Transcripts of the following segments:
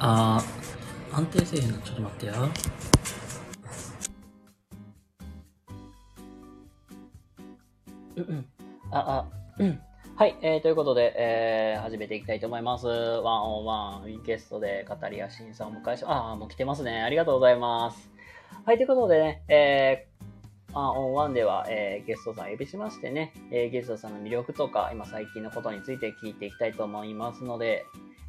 あー、安定せえへんな。ちょっと待ってや。うんうん。あ、あ、うん。はい、えーということで、えー始めていきたいと思います。ワンオンワン、ゲストで語りやしんさんをお迎えし、ああ、もう来てますね。ありがとうございます。はい、ということでね、えーワンオンワンでは、えーゲストさんをお呼びしましてね、えーゲストさんの魅力とか、今最近のことについて聞いていきたいと思いますので、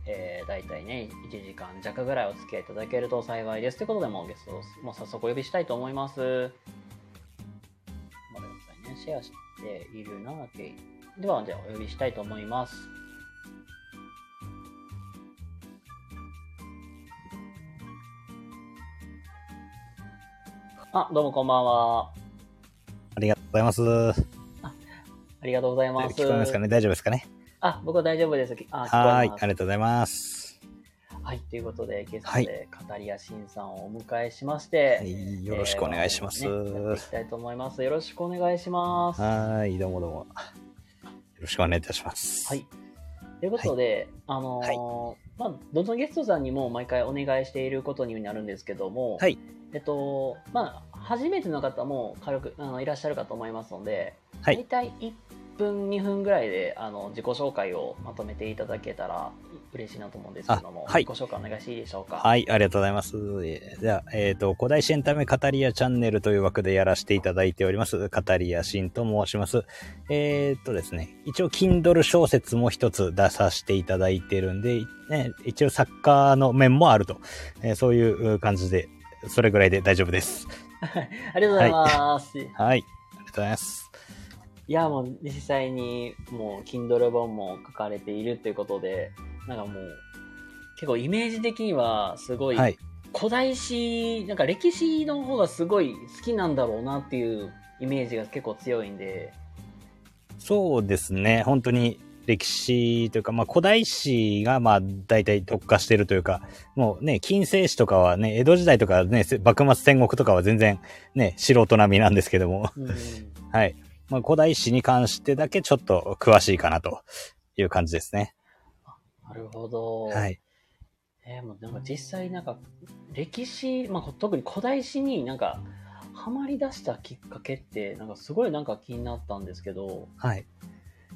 えー、大体ね、1時間弱ぐらいお付き合いいただけると幸いです。ということで、もうゲストをもう早速お呼びしたいと思います。待ってくださいね。シェアしているな、ケイ。では、じゃあお呼びしたいと思います。あ、どうもこんばんは。ありがとうございます。聞こありがとうございます。えますかね大丈夫ですかねあ、僕は大丈夫です。あ、聞こえます。はーい。ありがとうございます。はい、ということで、ゲスはトいで語りやしんさんをお迎えしまして、はいよろしくお願いしますえーねやっていきたいと思います。よろしくお願いします。ははーい。どうもどうも。よろしくお願いいたします。い。ということで、あのーまあ、どのゲストさんにも毎回お願いしていることになるんですけども、はいえっと、まあ、初めての方も軽くあのいらっしゃるかと思いますので、はい大体1分、2分ぐらいであの自己紹介をまとめていただけたら嬉しいなと思うんですけども、あはい自己紹介お願いしていいでしょうか。はい、ありがとうございます。えーじゃあ、えっ、と、古代史エンタメカタリアチャンネルという枠でやらせていただいております、カタリアシンと申します。えっ、とですね、一応、Kindle 小説も一つ出させていただいてるんで、ね、一応、作家の面もあると、えーそういう感じで、それぐらいで大丈夫です。ありがとうございます。い、はい、ありがとうございます。や、もう実際にもう Kindle 本も書かれているということで、なんかもう、結構イメージ的にはすごい、はい、古代史、なんか歴史の方がすごい好きなんだろうなっていうイメージが結構強いんで、そうですね、本当に歴史というか、まあ、古代史がまあ大体特化してるというか、もうね、近世史とかはね、江戸時代とかね、せ幕末戦国とかは全然ね、素人並みなんですけども、 うん、はい。まあ、古代史に関してだけちょっと詳しいかなという感じですね。なるほど。はい。えーもうなんか実際なんか歴史、まあ、特に古代史になんかハマり出したきっかけってなんかすごいなんか気になったんですけどはい。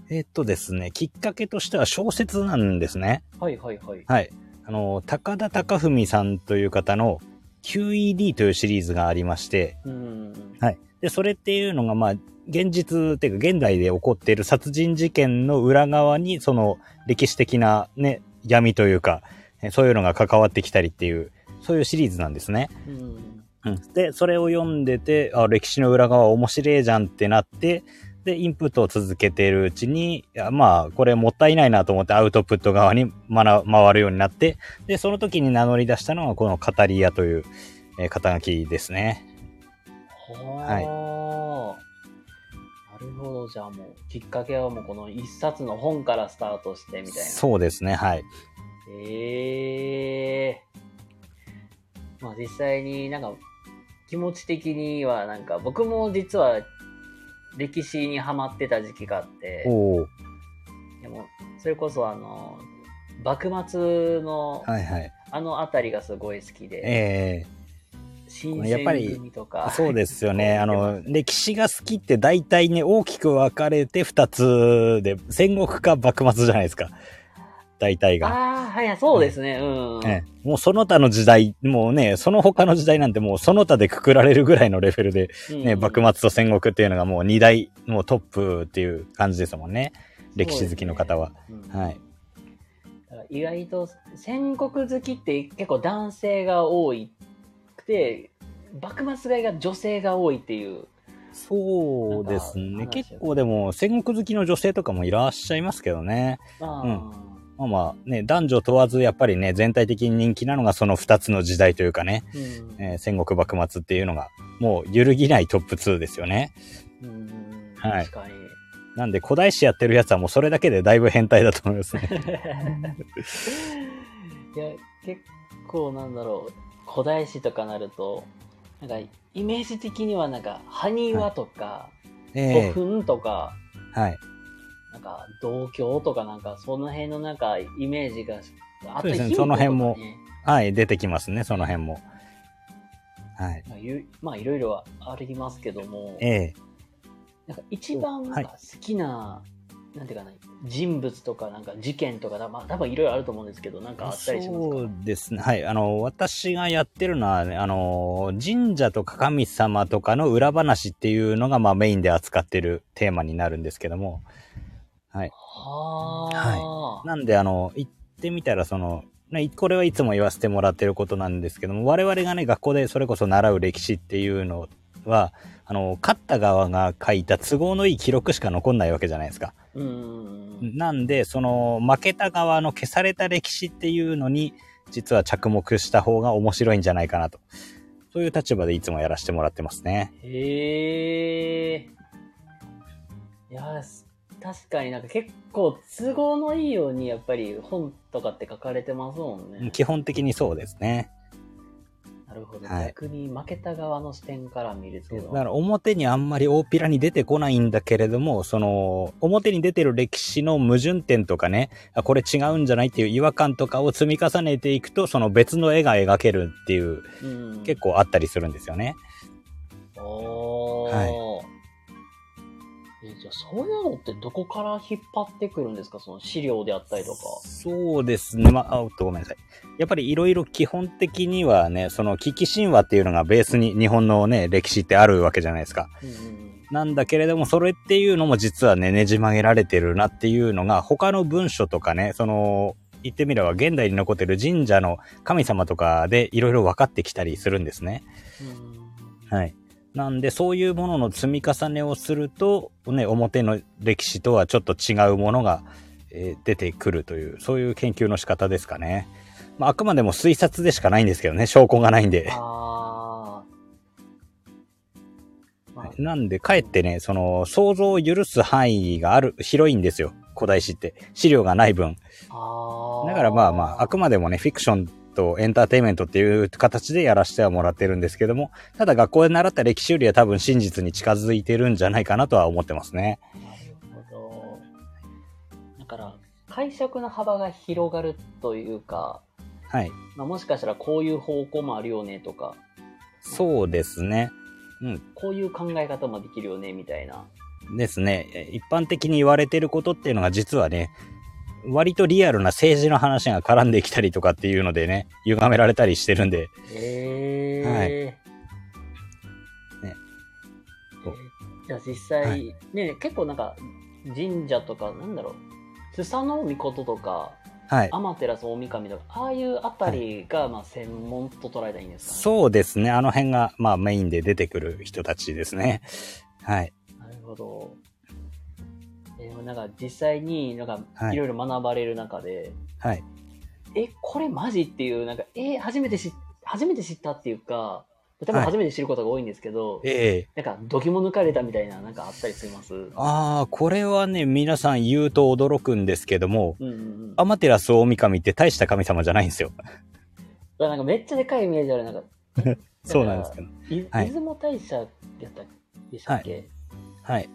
えーっとですね、きっかけとしては小説なんですね。はいはいはいはい。あの、高田貴文さんという方の QED というシリーズがありまして、うんうんで、それっていうのが、まあ、現実っていうか、現代で起こっている殺人事件の裏側に、その歴史的なね、闇というか、えそういうのが関わってきたりっていう、そういうシリーズなんですね。うんうん、で、それを読んでて、あ、歴史の裏側面白いじゃんってなって、で、インプットを続けてるうちに、いやまあ、これもったいないなと思ってアウトプット側に学回るようになって、で、その時に名乗り出したのが、このカタリアという、えー肩書きですね。はいなるほどじゃあもうきっかけはもうこの一冊の本からスタートしてみたいなそうですね、はい。ええまあ実際になんか気持ち的にはなんか僕も実は歴史にハマってた時期があっておーでもそれこそあの幕末のはいはい。あの辺りがすごい好きで、え新やっぱり選組とえかそうですよね。はあの、歴史が好きって大体ね、大きく分かれて2つで、戦国か幕末じゃないですか。大体が。ああはいそうですねうん、ええもうその他の時代、もうね、その他の時代なんてもうその他でくくられるぐらいのレベルで、ね、うん幕末と戦国っていうのがもう2大、もうトップっていう感じですもんね。歴史好きの方は。そうですね。うんはい。だから意外と戦国好きって結構男性が多いくて幕末買いが女性が多いっていうそうですなね。んか話を結構でも、戦国好きの女性とかもいらっしゃいますけどね。あまあまあね、男女問わずやっぱりね、全体的に人気なのがその2つの時代というかね、ーうんえー戦国幕末っていうのが、もう揺るぎないトップ2ですよね。うんはい確かになんで古代史やってるやつはもうそれだけでだいぶ変態だと思いますね。 いや結構なんだろう古代史とかなるとなんかイメージ的にはなんか埴輪とか古ええ墳とか、はい。なんか同郷とかなんかその辺のなんかイメージがあとそうですねヒントとかその辺もはい、出てきますね、その辺も。はい。まあゆまあ、いろいろはありますけども、ええなんか一番はい好きな、なんていうかな、人物とか、なんか事件とか、まあ、多分いろいろあると思うんですけど、なんかあったりしますかそうですね。はい。あの、私がやってるのはね、あの、神社とか神様とかの裏話っていうのが、まあメインで扱ってるテーマになるんですけども。はい。はあ、なんで、あの、行ってみたら、その、ね、これはいつも言わせてもらってることなんですけども、我々がね、学校でそれこそ習う歴史っていうのは、あの、勝った側が書いた都合のいい記録しか残んないわけじゃないですか。うんうんうん。なんで、その、負けた側の消された歴史っていうのに、実は着目した方が面白いんじゃないかなと。そういう立場でいつもやらせてもらってますね。へえ。いや、す確かになんか結構都合のいいようにやっぱり本とかって書かれてますもんね。基本的にそうですね。なるほど。はい逆に負けた側の視点から見ると。だから表にあんまり大っぴらに出てこないんだけれども、その、表に出てる歴史の矛盾点とかね、あこれ違うんじゃないっていう違和感とかを積み重ねていくと、その別の絵が描けるっていう、うん、結構あったりするんですよね。構。おー。はいえじゃあそういうのってどこから引っ張ってくるんですかその資料であったりとか。そうですね。まあ、あおっと、ごめんなさい。やっぱりいろいろ基本的にはね、その危機神話っていうのがベースに日本のね、歴史ってあるわけじゃないですか。うんうんなんだけれども、それっていうのも実はね、ねじ曲げられてるなっていうのが、他の文書とかね、その、言ってみれば現代に残ってる神社の神様とかでいろいろ分かってきたりするんですね。うんはい。なんで、そういうものの積み重ねをすると、ね、表の歴史とはちょっと違うものが、えー出てくるという、そういう研究の仕方ですかね。まあ、あくまでも推察でしかないんですけどね、証拠がないんで。あー、まあ。なんで、かえってね、その、想像を許す範囲がある、広いんですよ。古代史って。資料がない分。あーだからまあまあ、あくまでもね、フィクションとエンターテインメントっていう形でやらせてはもらってるんですけども、ただ学校で習った歴史よりは多分真実に近づいてるんじゃないかなとは思ってますね。なるほど。だから、解釈の幅が広がるというか、はい。まあ、もしかしたらこういう方向もあるよねとか、そうですね。うん。こういう考え方もできるよねみたいな。ですね。え一般的に言われてることっていうのが実はね、割とリアルな政治の話が絡んできたりとかっていうのでね、歪められたりしてるんで、へはいねそうじゃあ実際、はね、結構なんか神社とか、なんだろう、スサノオミコトとか、はい。アマテラスオオミカミとか、ああいうあたりが、まあ専門と捉えたらいいんですかね。そうですね。あの辺が、まあメインで出てくる人たちですね。はい。なるほど。えーなんか実際になんかはいいろいろ学ばれる中で、はい。え、これマジっていう、なんか、えー初めて知っ初めて知ったっていうか、多分はい初めて知ることが多いんですけど、ええなんか、どぎも抜かれたみたいな、なんかあったりしますうんああ、これはね、皆さん言うと驚くんですけども、うんうん。だアかマテラス大神って大した神様じゃないんですよ。らなんかめっちゃでかいイメージある、なんか、 そうなんですけど。いはい出雲大社やったでしたっけ、はい。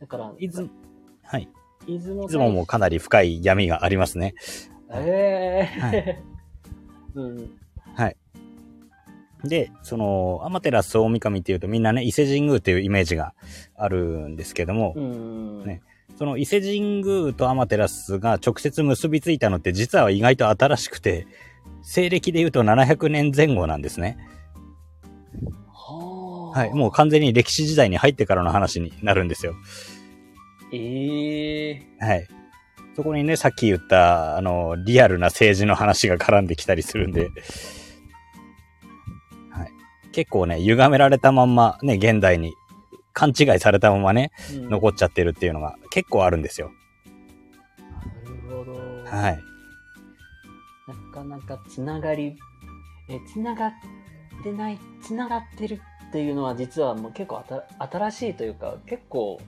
だから、いず、はい。出雲い大つももかなり深い闇がありますね。ええー。はうん。で、その、アマテラス大神っていうとみんなね、伊勢神宮っていうイメージがあるんですけども、うん。ねその伊勢神宮とアマテラスが直接結びついたのって実は意外と新しくて、西暦で言うと700年前後なんですね。はあ。はい。もう完全に歴史時代に入ってからの話になるんですよ。ええー。はい。そこにね、さっき言った、あの、リアルな政治の話が絡んできたりするんで、はい。結構ね、歪められたまんま、ね、現代に勘違いされたままね、うん残っちゃってるっていうのが結構あるんですよ。なるほど。はい。なかなかつながり、え、つながってない、つながってるっていうのは実はもう結構あた新しいというか、結構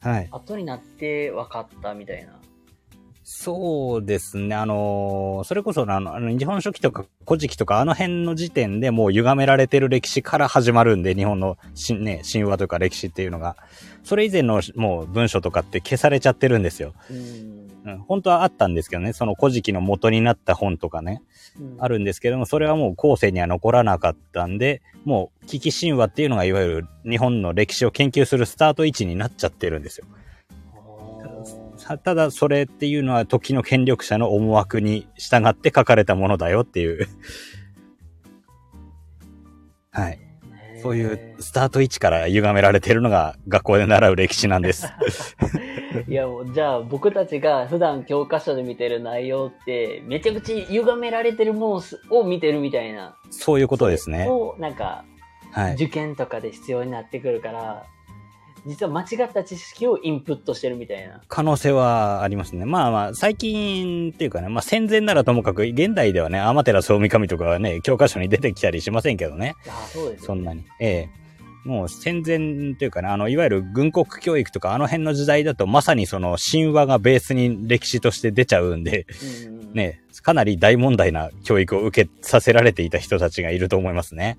はい。後になって分かったみたいな。そうですね。あのーそれこそあの、あの、日本書紀とか古事記とか、あの辺の時点でもう歪められてる歴史から始まるんで、日本のし、ね、神話とか歴史っていうのが。それ以前のもう文書とかって消されちゃってるんですよ。うん。うん、本当はあったんですけどね、その古事記の元になった本とかね、ある。るんですけども、それはもう後世には残らなかったんで、もう危機神話っていうのがいわゆる日本の歴史を研究するスタート位置になっちゃってるんですよ。さただそれっていうのは時の権力者の思惑に従って書かれたものだよっていう。 はい。そういうスタート位置から歪められてるのが学校で習う歴史なん です。いやもうじゃあ僕たちが普段教科書で見てる内容ってめちゃくちゃ歪められてるものを見てるみたいなそういうことですね。をなんかはい。受験とかで必要になってくるから実は間違った知識をインプットしてるみたいな。可能性はありますね。まあまあ、最近っていうかね、まあ戦前ならともかく、現代ではね、天照大神とかはね、教科書に出てきたりしませんけどね。あそうですそよんねなに。ええもう戦前というかね、あの、いわゆる軍国教育とか、あの辺の時代だと、まさにその神話がベースに歴史として出ちゃうんで、 うんうんうんね、かなり大問題な教育を受けさせられていた人たちがいると思いますね。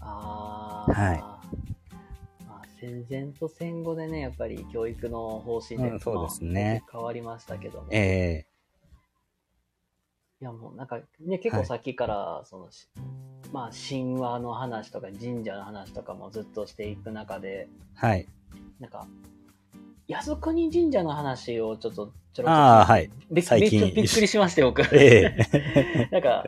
あーはいまあ戦前と戦後でねやっぱり教育の方針うでんそうですねまあ変わりましたけども、えいやもうなんかね結構さっきからそのし、まあ神話の話とか神社の話とかもずっとしていく中でえはい。なんか靖国神社の話をちょっとちょろっとああ、はい。びっ最近びっびっくりしまして僕ええ なんか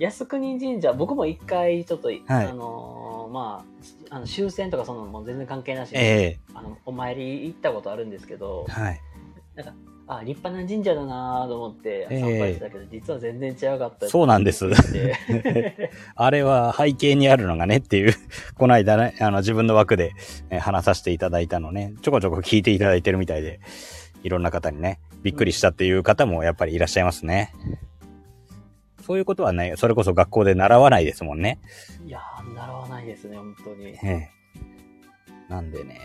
靖国神社僕も一回ちょっと、はいあのーまああの終戦とかそんなのもう全然関係なしに、えあのお参り行ったことあるんですけどえ はい。あ立派な神社だなと思ってええ参拝してたけど、実は全然違かったそうなんですって言ってあれは背景にあるのがねっていう、 この間ね、あの自分の枠でえー話させていただいたのね、ちょこちょこ聞いていただいてるみたいで、いろんな方にね、びっくりしたっていう方もやっぱりいらっしゃいますね。そういうことはね、それこそ学校で習わないですもんね。 いやー習わないですね本当にええなんでね、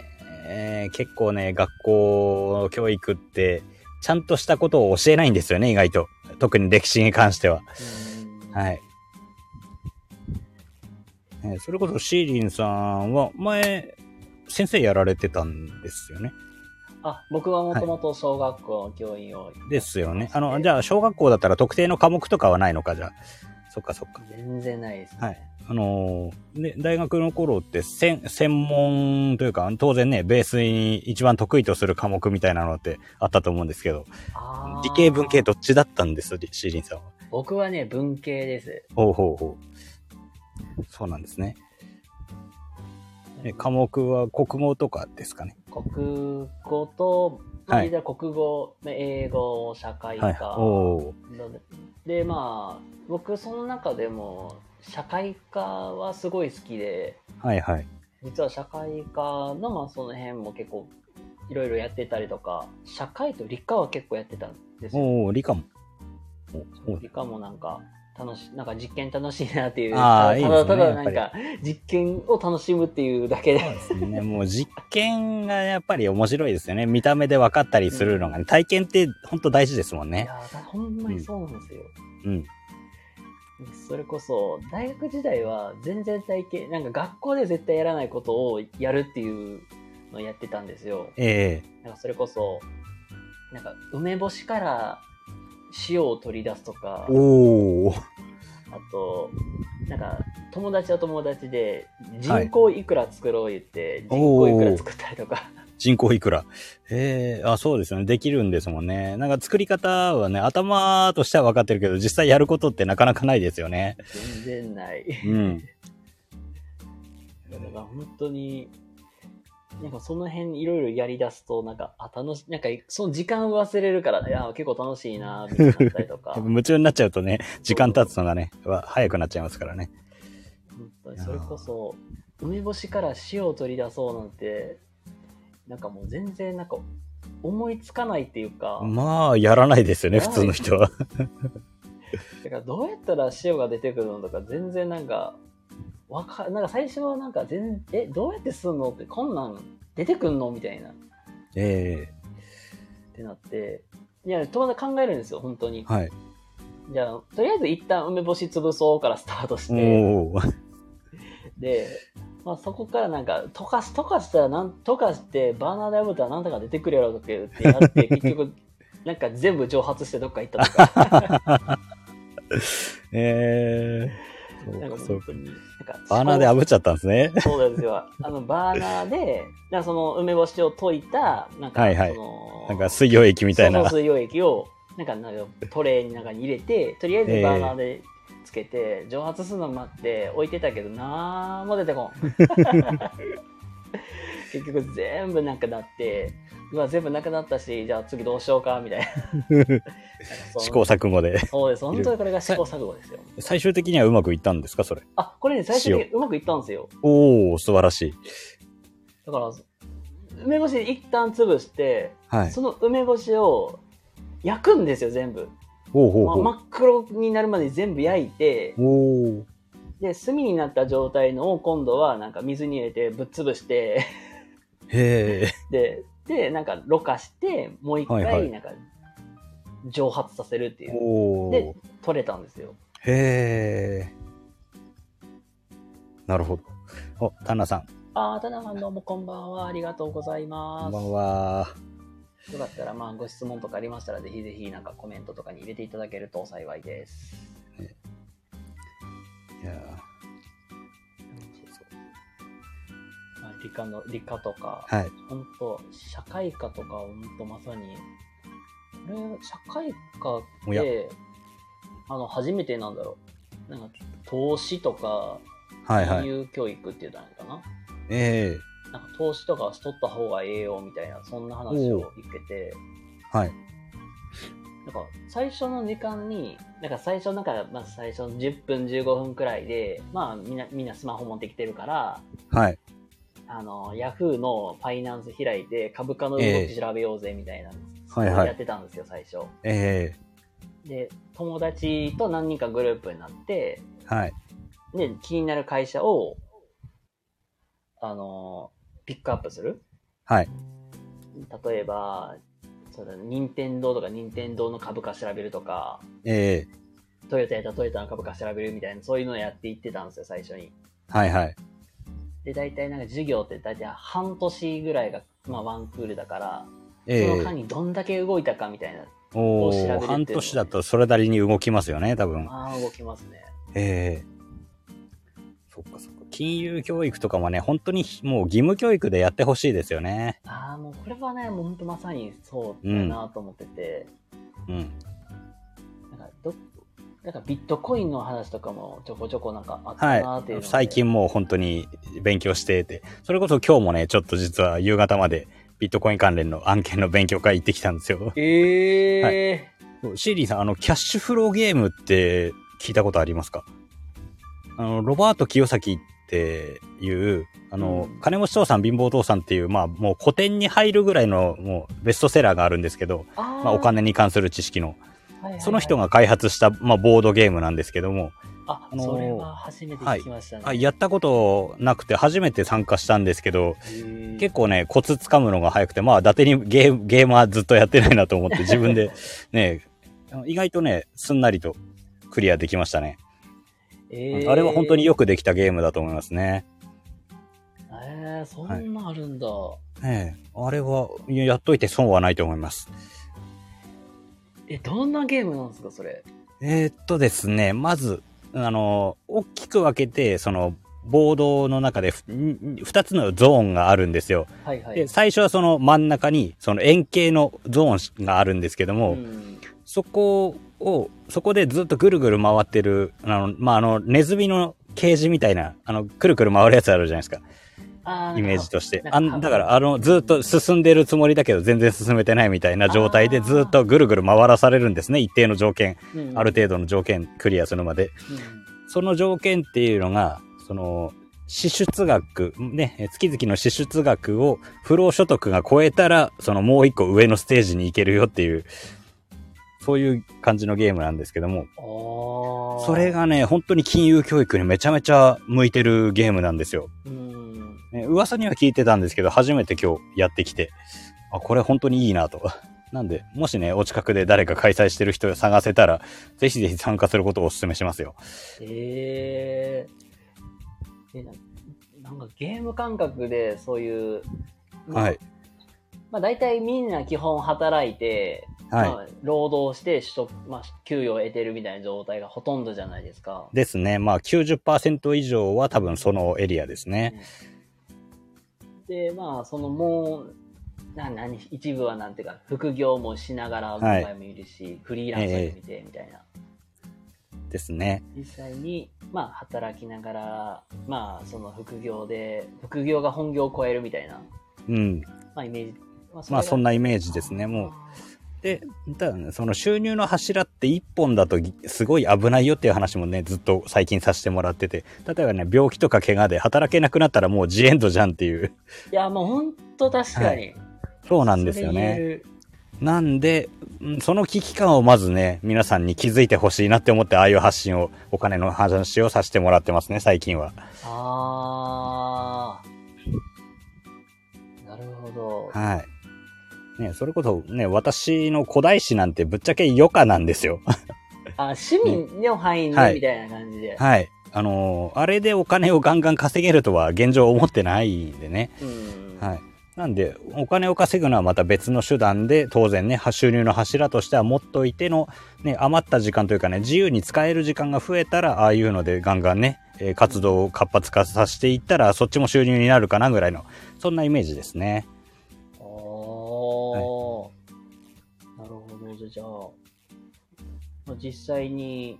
えー結構ね、学校教育って、ちゃんとしたことを教えないんですよね、意外と。特に歴史に関しては。い、はい。ねそれこそシーリンさんは前、先生やられてたんですよね。あ僕はもともと小学校の教員を、ですよね。あの、じゃゃあ小学校だったら特定の科目とかはないのか、じゃあ。そっかそっか。全然ないですね、はいあのーで、大学の頃って専、専門というか、当然ね、ベースに一番得意とする科目みたいなのってあったと思うんですけど、あー理系文系どっちだったんです、シーリンさんは。僕はね文系ですほうほうほう。そうなんですね。え科目は国語とかですかね。国語と、まあはい言うたら国語、まあ英語、社会科、はい。おででまあ僕その中でも社会科はすごい好きでーはいはい。実は社会科のまあその辺も結構いろいろやってたりとか社会と理科は結構やってたんですよおお理科も。おお理科もなんか楽しなんか実験楽しいなっていうあただーいいですたねだなんか実験を楽しむっていうだけでそ うですね。もう実験がやっぱり面白いですよね。見た目で分かったりするのがね。体験って本当大事ですもんいね。やーだほんまにそうなんですよ、うん。それこそ大学時代は全然体験なんか学校で絶対やらないことをやるっていうのをやってたんですよええなんかそれこそなんか梅干しから塩を取り出すとかおおあとなんか友達は友達で人口いくら作ろう言って、人はい口いくら作ったりとか人口いくらええあ、そうですよね。できるんですもんね。なんか作り方はね、頭としては分かってるけど、実際やることってなかなかないですよね。全然ないうん。だから本当に、なんかその辺いろいろやりだすと、なんか、あ、楽し、なんかその時間忘れるから、いや、結構楽しいな、みたいになったりとか、本夢中になっちゃうとね、時間経つのがね、は早くなっちゃいますからね。当にそれこそ、梅干しから塩を取り出そうなんて、なんかもう全然なんか思いつかないっていうか、まあ、やらないですよね、普通の人 は。だからどうやったら塩が出てくるのとか全然なんか、わか、なんか最初はなんか全、え、どうやってすんのって、こんなん出てくんのみたいな、っえてなって、いや、友達考えるんですよ、本当にえ。はい。じゃあ、とりあえず一旦梅干し潰そうからスタートして、おおで、まあ、そこからなんか、溶か す、溶かしたらなん、溶かして、バーナーで炙ったらなんとか出てくるやろうって言ってやって、結局、なんか全部蒸発してどっか行ったとか、えー、なんかそうかそ本うか。当に。なんかバーナーで炙っちゃったんですね。そうなんですよ。あの、バーナーで、なんかその梅干しを溶いた、なんか、はいはいその、なんか水溶液みたいな。そうそう水溶液を、なんか、なんかトレーの中に入れて、とりあえずええバーナーでつけて、蒸発するの待って、置いてたけど、なんも出 てこん。結局全部なくなって、うわ、全部なくなったし、じゃあ次どうしようか、みたいな。 試行錯誤で。そうです。本当にこれが試行錯誤ですよ。 最終的にはうまくいったんですかそれ。あ、これね、最初にうまくいったんですよ。おー、素晴らしい。だから、梅干し一旦潰して、はい。その梅干しを焼くんですよ、全部。おうほうまほう。真っ黒になるまで全部焼いて、おー。で、炭になった状態のを今度はなんか水に入れてぶっ潰して、 へで、で、なんかろ過して、もう一はいは回いなんか蒸発させるっていえ。う。おでー。、取れたんですよ。へえ。なるほど。お、タンナさん、あー、ただまんどうもこんばんは。ありがとうございこまんす。ばんは。よかったら、まあ、ご質問とかありましたら、ぜひぜひなんかコメントとかに入れていただけると幸いです。いやまあ、理科の、理科とか、ーはい。本当社会科とか本当まさにこれ社会科おっやてあの初めてなんだろうなんか投資とかはいは金い。融教育っていうのかな,、えなんか投資とかはしとった方がええよみたいなそんな話を言っててえはい。なんか最初の時間になんか最初なんかまあ最初の10分15分くらいでまあみんなみんなスマホ持ってきてるからはい。あの、ヤフーのファイナンス開いて株価の動えきえ調べようぜみたいな、はいはいやってたんですよ、最初。えで、友達と何人かグループになって、えはい。で、気になる会社を、あの、ピックアップする。はい。例えば、そうだ、任天堂とか任天堂の株価調べるとか、ええトヨタやったらトヨタの株価調べるみたいな、そういうのをやっていってたんですよ、最初に。はいはい。で、大体なんか授業って大体半年ぐらいが、まあワンクールだから、えそえの間にどんだけ動いたかみたいな、お調べれてーる半年だとそれなりに動きますよね、多分。ああ、動きますね。ええそっかそっか。金融教育とかもね、本当にもう義務教育でやってほしいですよね。ああ、もうこれはね、もう本当まさにそうだなと思ってて、うん。なんかど、なんかビットコインの話とかもちょこちょこなんかあったなっていうのはでい。最。近もう本当に勉強してて、それこそ今日もね、ちょっと実は夕方までビットコイン関連の案件の勉強会行ってきたんですよ。ええそうシーリーさん、あの、キャッシュフローゲームって聞いたことありますかあの、ロバート清崎っていう、あの、うん金持ち父さん、貧乏父さんっていう、まあもう古典に入るぐらいのもうベストセラーがあるんですけど、あーまあお、金に関する知識の、はいはいはいその人。が開発した、まあボードゲームなんですけども、あ、あのーそれは初めて聞きましたね。あやったことなくて初めて参加したんですけど、結結構ね、コツつかむのが早くて、まあ、伊達にゲーゲーマーずっとやってないなと思って、自分で ね、あの意外とね、すんなりとクリアできましたね。えあれは本当によく。くできたゲームだと思いますね。えー、そんなあるんだ。ねえあれは、いややっといて損はないと思います。え、どんなゲームなんですか、それ。えーっとですね、まず、あの、大きく分けて、その、ボードの中で2つのゾーンがあるんですよ。はいはい。で、最初はその真ん中に、その円形のゾーンがあるんですけども、うんそこを、そこでずっとぐるぐる回ってる、あの、まあ、あの、ネズミのケージみたいな、あの、くるくる回るやつあるじゃないですか、あイメージとして。なあんかんだから、あの、ずっと進んでるつもりだけど、全然進めてないみたいな状態で、あーずっとぐるぐる回らされるんですね、一定の条件、ある程程度の条件クリアするまで。度。その条件っていうのが、その、支出額、ね、え月々の支出額を不労所得が超えたら、そのもう一個上のステージに行けるよっていう、そういう感じのゲームなんですけども、ああ。それ。がね、本当に金融教育にめちゃめちゃ向いてるゲームなんですよ。うん。ね噂には聞いてたんですけど、初めて今日やってきて、あ、これ本当にいいなと。 なんで、もしね、お近くで誰か開催してる人を探せたら、ぜひぜひ参加することをお勧めしますよ。えー、えななんかゲーム感覚でそういう、まあはい。まあ、大体みんな基本働いてはい。まあ、労働して取得、まあ、給与を得てるみたいな状態がほとんどじゃないですか。ですね。まあ90%以上は多分そのエリアですね。で、まあ、そのもう、な何一部はなんていうか、副業もしながら、はい前もいるし、フリーランスで見て、みたいな。ですね。実際に、まあ、働きながら、まあ、その副業で、副業が本業を超えるみたいな、うん。まあ、イメージ。まあまあそんなイメー感ジですね。もう。で、ただね、その収入の柱って一本だとぎすごい危ないよっていう話もね、ずっと最近させてもらってて、例えばね、病気とか怪我で働けなくなったらもうジエンドじゃんっていう。いや、もう本当確かに。そうなんですよそね。れ言えるなんで、うんその危機感をまずね、皆さんに気づいてほしいなって思って、ああいう発信を、お金の話をさせてもらってますね、最近は。ああ。なるほど。はい。ね、それこそね、私の古代史なんてぶっちゃけ余暇なんですよ。あ、趣味の範囲はでいみたいな感じで。はい。あのーあれでお金をガンガン稼げるとは現状思ってないんでね。うん。はい。なんで、お金を稼ぐのはまた別の手段で、当然ね、収入の柱としては持っといての、ね、余った時間というかね、自由に使える時間が増えたら、ああいうのでガンガンね、えー活動を活発化させていったら、そっちも収入になるかなぐらいの、そんなイメージですね。おー。なるほど、じゃあ。まあ実際に、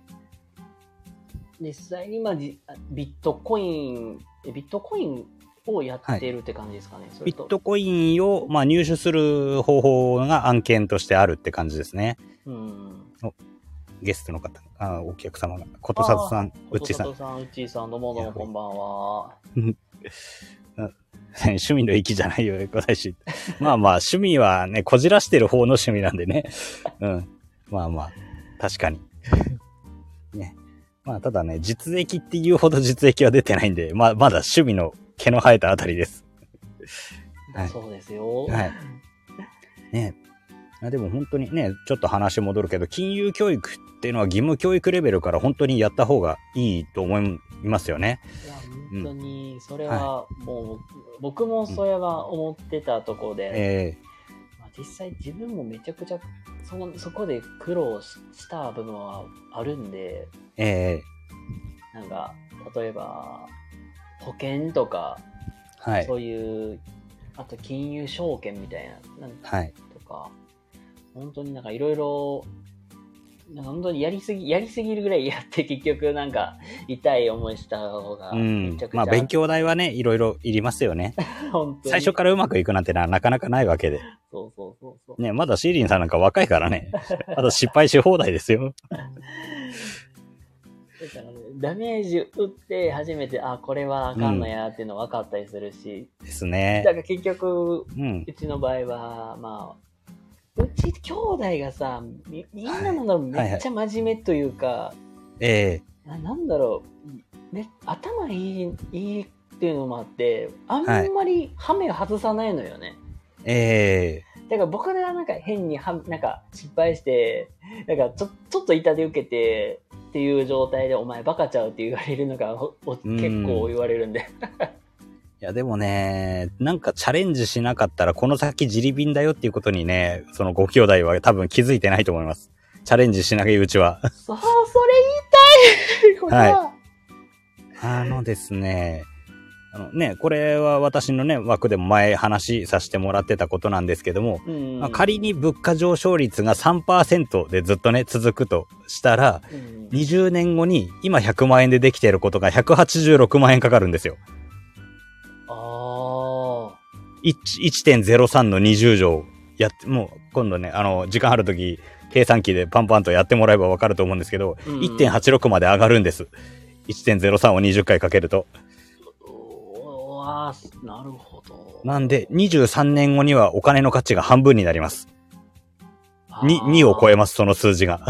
実際に、まあ、じビットコイン、えビットコインをやってるって感じですかね。それビとットコインを、まあ、入手する方法が案件としてあるって感じですね。うん。ゲストの方、あお客様が、ことさとさん、うっちーさんこと。さん、うっちーさん、どうもどうも、こんばんは。 趣味の域じゃないよ、ね、古代史。まあまあ、趣味はね、こじらしてる方の趣味なんでね。 うん。まあまあ、確かに。 ね。まあ、ただね、実益っていうほど実益は出てないんで、まあ、まだ趣味の毛の生えたあたりです。はいそうですよ。はい。ねあでも本当にね、ちょっと話戻るけど、金融教育っていうのは義務教育レベルから本当にやった方がいいと思いますよね。いや、本当に、それは、もう、僕もそれは思ってたところで、えまあ、実際自分もめちゃくちゃそのそこで苦労しした部分はあるんでえええなんか例えば保険とか、はいそ。ういうあと金融証券みたいななんはい。とか本当になんかいろいろなんか本当にやりすぎやりすぎるぐらいやって結局なんか痛い思いした方がうめんちゃく。ちゃ、まあ、勉強代はね、いろいろいりますよね。本当に最初からうまくいくなんてのはなかなかないわけで。そうそうそうそうね、まだシーリンさんなんか若いから ね。まだ失敗し放題ですよ。だからね、ダメージ打って初めて、あ、これはあかんのやっていうの分かったりするし、ですねだ。から結局、うん。うちの場合は、まあ、うち兄弟がさ、みみんなのはいめっちゃ真面目というか、ええななんだろう、め頭いいいいっていうのもあって、あんはいまりハメを外さないのよね。えだから僕らなんか変にはなんか失敗してなんかちょちょっと痛手受けてっていう状態でお前バカちゃうって言われるのがおおん結構言われるんでえいや、でもね、なんかチャレンジしなかったら、この先自利便だよっていうことにね、そのご兄弟は多分気づいてないと思います。チャレンジしないうちは。そうそれ言いたいこれは、あのですね、あのね、これは私のね、枠でも前話させてもらってたことなんですけども、うんまあ、仮に物価上昇率が3%でずっとね、続くとしたら、うん20年後に今100万円でできていることが186万円かかるんですよ。あ1 1.03の20乗やって、もう今度ね、あの、時間あるとき、計算機でパンパンとやってもらえばわかると思うんですけど、あ、うん1.86まで上がるんです。1.03を20回かけると。おわーなるほどなんで、23年後にはお金の価値が半分になります。あー2、2を超えます、その数字が。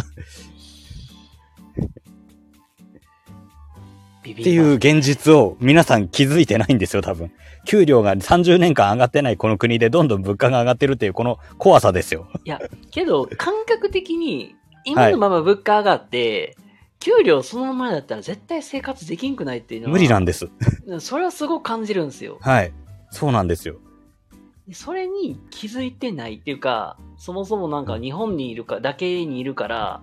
ビビっていう現実を皆さん気づいてないんですよ、多分。給料が30年間上がってないこの国でどんどん物価が上がってるっていうこの怖さですよ。いや、けど、感覚的に、今のまま物価上がって、給料そのままだったら絶対生活できんくないっていうのは、無理なんです。それはすごく感じるんですよ。はい。そうなんですよ。でそれに気づいてないっていうか、そもそもなんか日本にいるか、だけにいるから、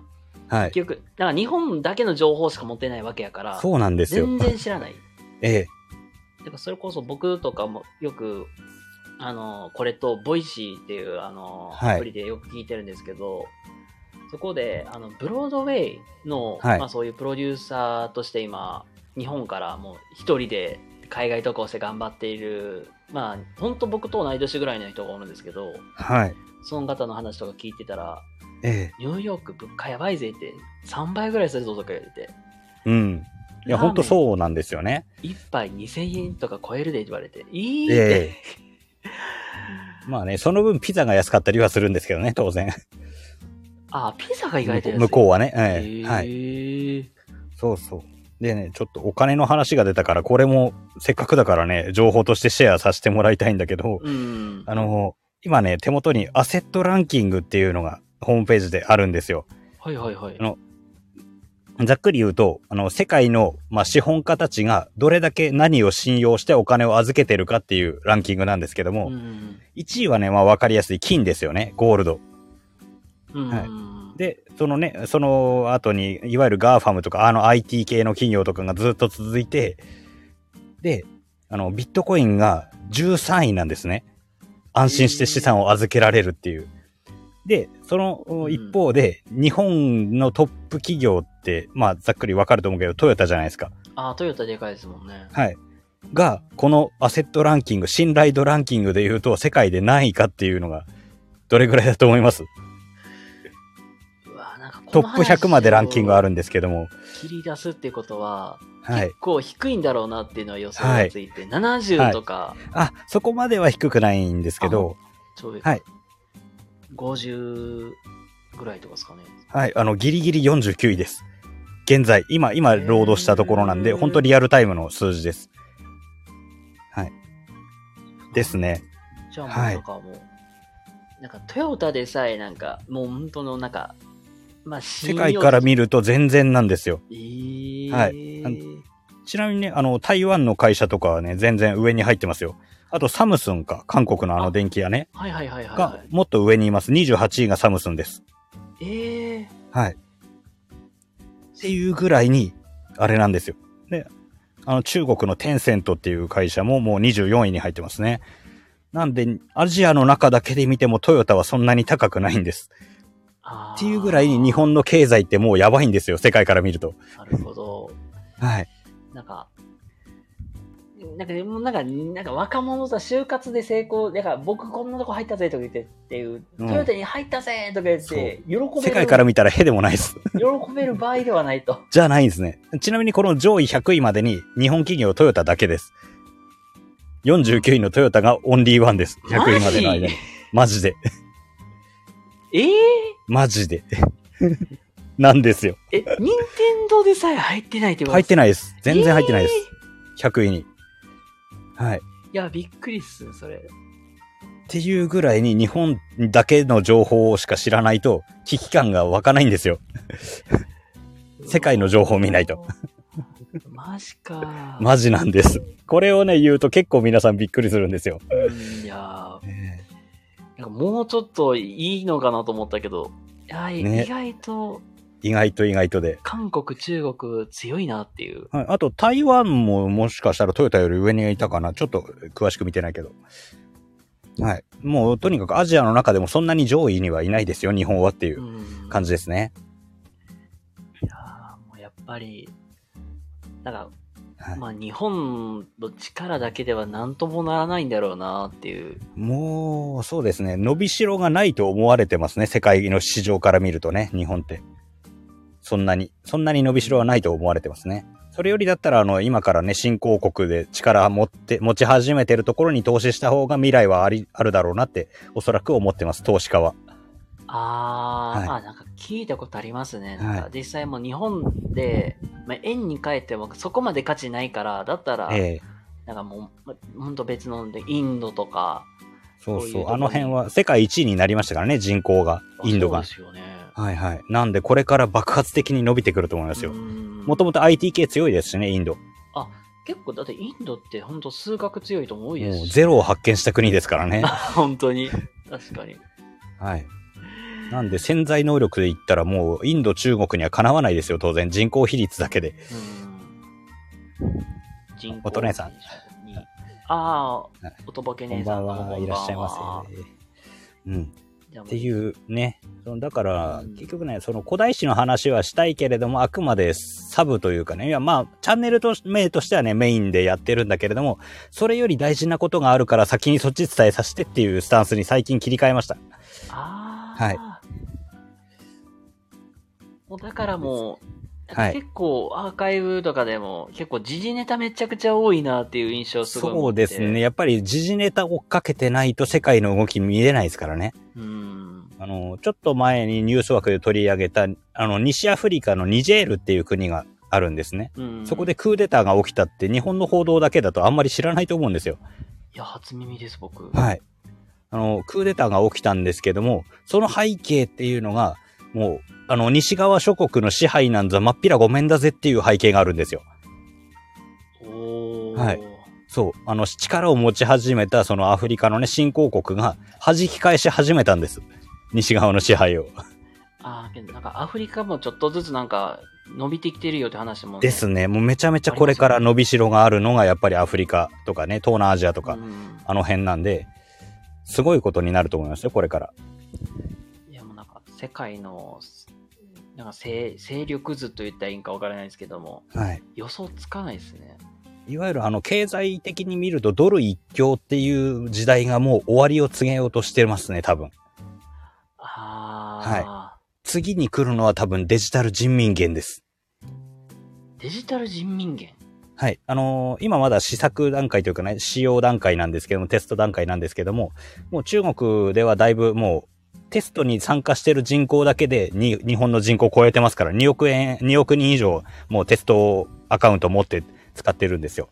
はい。結局、なんか日本だけの情報しか持ってないわけやから、そうなんですよ。全然知らない。ええ。てかそれこそ僕とかもよく、あの、これと、ボイシーっていう、あの、はいアプリでよく聞いてるんですけど、そこで、あの、ブロードウェイの、はいまあそういうプロデューサーとして今、日本からもう一人で海外渡航して頑張っている、まあ、本当僕と同い年ぐらいの人がおるんですけど、はい。その方の話とか聞いてたら、ええ。ニューヨーク物価やばいぜって、3倍ぐらいするぞとか言われて、うん。いラーメや、ンほんとそうなんですよね。 1杯2000円とか超えるでって言われて、いいって、ええ。まあね、その分ピザが安かったりはするんですけどね、当然。ああ、ピザが意外と安い向こうはね。ええ。は。はいい。そうそう。でね、ちょっとお金の話が出たから、これもせっかくだからね、情報としてシェアさせてもらいたいんだけど、うん。あの、今ね、手元にアセットランキングっていうのがホームページであるんですよ。はいはいはいあ。のざっくり言うと、あの、世界の、まあ、資本家たちがどれだけ何を信用してお金を預けてるかっていうランキングなんですけども、うん。 1位はね、まあ、わかりやすい金ですよね、ゴールド。うんはいで、そのね、その後に、いわゆるガーファムとか、あの IT 系の企業とかがずっと続いて、で、あの、ビットコインが13位なんですね。安心して資産を預けられるっていう。で、そのん一方で、日本のトップ企業って、まあ、ざっくりわかると思うけど、トヨタじゃないですか。ああ、トヨタでかいですもんね。はい。が、このアセットランキング、信頼度ランキングで言うと、世界で何位かっていうのが、どれぐらいだと思いますうわなんかこトのップ100までランキングある話んですけども。を切り出すってことは、はい。結構低いんだろうなっていうのは予想がついて、70とか、あ、そこまでは低くないんですけど、ちょいはい。 50ぐらいとかですかね。はい、あの、ギリギリ49位です。現在、今、今、ロードしたところなんで、へー本当リアルタイムの数字です。はい。ですね。じゃあもうはいなんかもう、なんかトヨタでさえなんか、もう本当のなんか、まあ、世界から見ると全然なんですよ。えー、はいあちなみにね、あの、台湾の会社とかはね、全然上に入ってますよ。あと、サムスンか、韓国のあの電気屋ね、はいはいはいはい、はがい。もっと上にいます。28位がサムスンです。ええはい。っていうぐらいに、あれなんですよ。で、あの、中国のテンセントっていう会社ももう24位に入ってますね。なんで、アジアの中だけで見てもトヨタはそんなに高くないんです。あーっていうぐらいに日本の経済ってもうやばいんですよ、世界から見ると。なるほど。はい。なんか、なんか、でもなんか、なんか若者さ、就活で成功、なんか僕こんなとこ入ったぜとか言ってっていう、うんトヨタに入ったぜとか言って、喜べる世界から見たらへでもないです。 喜べる場合ではないと。じゃないんですね。ちなみにこの上位100位までに日本企業トヨタだけです。49位のトヨタがオンリーワンです。100位までの間に。マジで。ええマジで。 なんですよ。え、任天堂でさえ入ってないってこと入ってない。ないです。全然入ってないです。100位に。はい。いっや、びっくりっす、それ。ていうぐらいに日本だけの情報をしか知らないと危機感が湧かないんですよ。世界の情報を見ないと。 マジか。 マジなんです。これをね、言うと結構皆さんびっくりするんですよ。うんいやーなんかもうちょっといいのかなと思ったけど、いやね意外と意外と意外とで。韓国、中国強いなっていう。、はい、あと台湾ももしかしたらトヨタより上にいたかなちょっと詳しく見てないけど。はい。もうとにかくアジアの中でもそんなに上位にはいないですよ、日本はっていううん感じですね。いやーもうやっぱり、なんか、はい、まあ日本の力だけでは何ともならないんだろうなっていう。もう、そうですね。伸びしろがないと思われてますね。世界の市場から見るとね、日本って。そんなに、そんなに伸びしろはないと思われてますね。それよりだったら、あの、今からね、新興国で力持って、持ち始めてるところに投資した方が未来はあり、あるだろうなって、おそらく思ってます、投資家は。あー、はいあ、なんか聞いたことありますね。はいなんか実際もう日本で、まあ、円に変えてもそこまで価値ないから、だったら、ええなんかもう、まほんと別ので、インドとか、そうそうそういうところにあの辺は世界一位になりましたからね、人口が。インドが。そうですよね。はいはい。なんで、これから爆発的に伸びてくると思いますよ。もともと IT 系強いですしね、インド。結構、だってインドって本当数学強いとも多いですしもうゼロを発見した国ですからね。本当に。確かに。はい。なんで潜在能力で言ったらもうインド、中国にはかなわないですよ、当然。人口比率だけで。うん人口おとねさんにああはい、おとぼけこねんえばさんんこんばんは、は。いらっしゃいませ。うん。じゃあもっうていうね。そのだから、うん結局ね、その古代史の話はしたいけれども、あくまでサブというかね、いやまあ、チャンネルと名としてはね、メインでやってるんだけれども、それより大事なことがあるから先にそっち伝えさせてっていうスタンスに最近切り替えました。あはいい。だからもう、はい結構アーカイブとかでも結構時事ネタめちゃくちゃ多いなっていう印象すごいそ持うってですね。。やっぱり時事ネタ追っかけてないと世界の動き見れないですからね。うん。あの、ちょっと前にニュース枠で取り上げた、あの、西アフリカのニジェールっていう国があるんですね。うん、そこで。クーデターが起きたって日本の報道だけだとあんまり知らないと思うんですよ。いや、初耳です、僕。はい。あの、クーデターが起きたんですけども、その背景っていうのが、もう、あの、西側諸国の支配なんざまっぴらごめんだぜっていう背景があるんですよ。おー。はいそう。あの、力を持ち始めた、そのアフリカのね、新興国が弾き返し始めたんです。西側の支配を。ああ、けどなんかアフリカもちょっとずつなんか伸びてきてるよって話も、ですね。もうめちゃめちゃこれから伸びしろがあるのが、やっぱりアフリカとかね、東南アジアとか、うんあの辺なんで、すごいことになると思いますよ、これから。いやもうなんか世界のなんか勢勢力図と言ったらいいんかわからないですけどもはい。予想つかないですねいわゆるあの経済的に見るとドル一強っていう時代がもう終わりを告げようとしてますね、多分。ああ、次に来るのは多分デジタル人民元です。デジタル人民元はい。あのー今まだ試作段階というかね、使用段階なんですけども、テスト段階なんですけども、もう中国ではだいぶもうテストに参加してる人口だけでに日本の人口を超えてますから、2億円、2億人以上もうテストアカウント持って使ってるんですよ。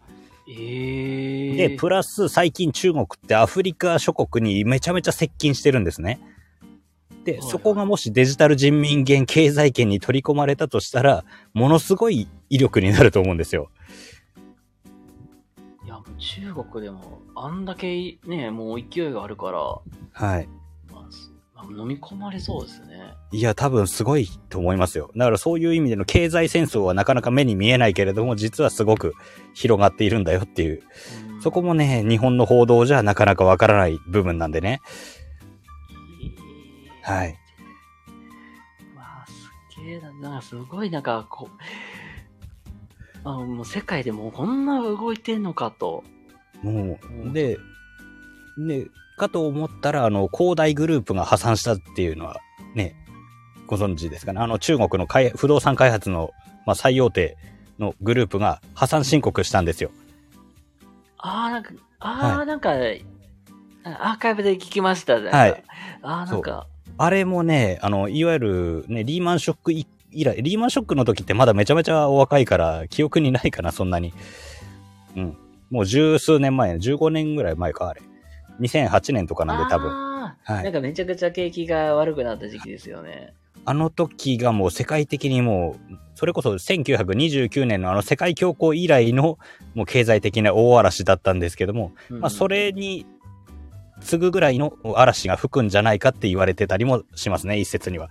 ええで、プラス最近中国ってアフリカ諸国にめちゃめちゃ接近してるんですね。はいで、はいそこがもしデジタル人民元経済圏に取り込まれたとしたら、ものすごい威力になると思うんですよ。いやもう中国でもあんだけねもう勢いがあるから、はい。まあすまあ飲み込まれそうですねいや、多分すごいと思いますよ。だからそういう意味での経済戦争はなかなか目に見えないけれども、実はすごく広がっているんだよっていう。うんそこもね、日本の報道じゃなかなかわからない部分なんでね。ええはい。わあ、すっげえな、なんかすごい、なんかこう、あもう世界でもうこんな動いてんのかと。もうう、んで、ね、かと思ったら、あの、恒大グループが破産したっていうのは、ね、ご存知ですかね。あの、中国の開不動産開発の、まあ、最大手のグループが破産申告したんですよ。ああ、なんか、ああ、はなんか、アーカイブで聞きました。なんかはい。ああ、なんか、あれもね、あの、いわゆる、ね、リーマンショック以以来、リーマンショックの時ってまだめちゃめちゃお若いから、記憶にないかな、そんなに。うん。もう十数年前、15年ぐらい前か、あれ。2008年とかなんで多分。ああ、はいなんかめちゃくちゃ景気が悪くなった時期ですよね。あの時がもう世界的にもう、それこそ1929年のあの世界恐慌以来のもう経済的な大嵐だったんですけども、うんまあそれに次ぐぐらいの嵐が吹くんじゃないかって言われてたりもしますね、一説には。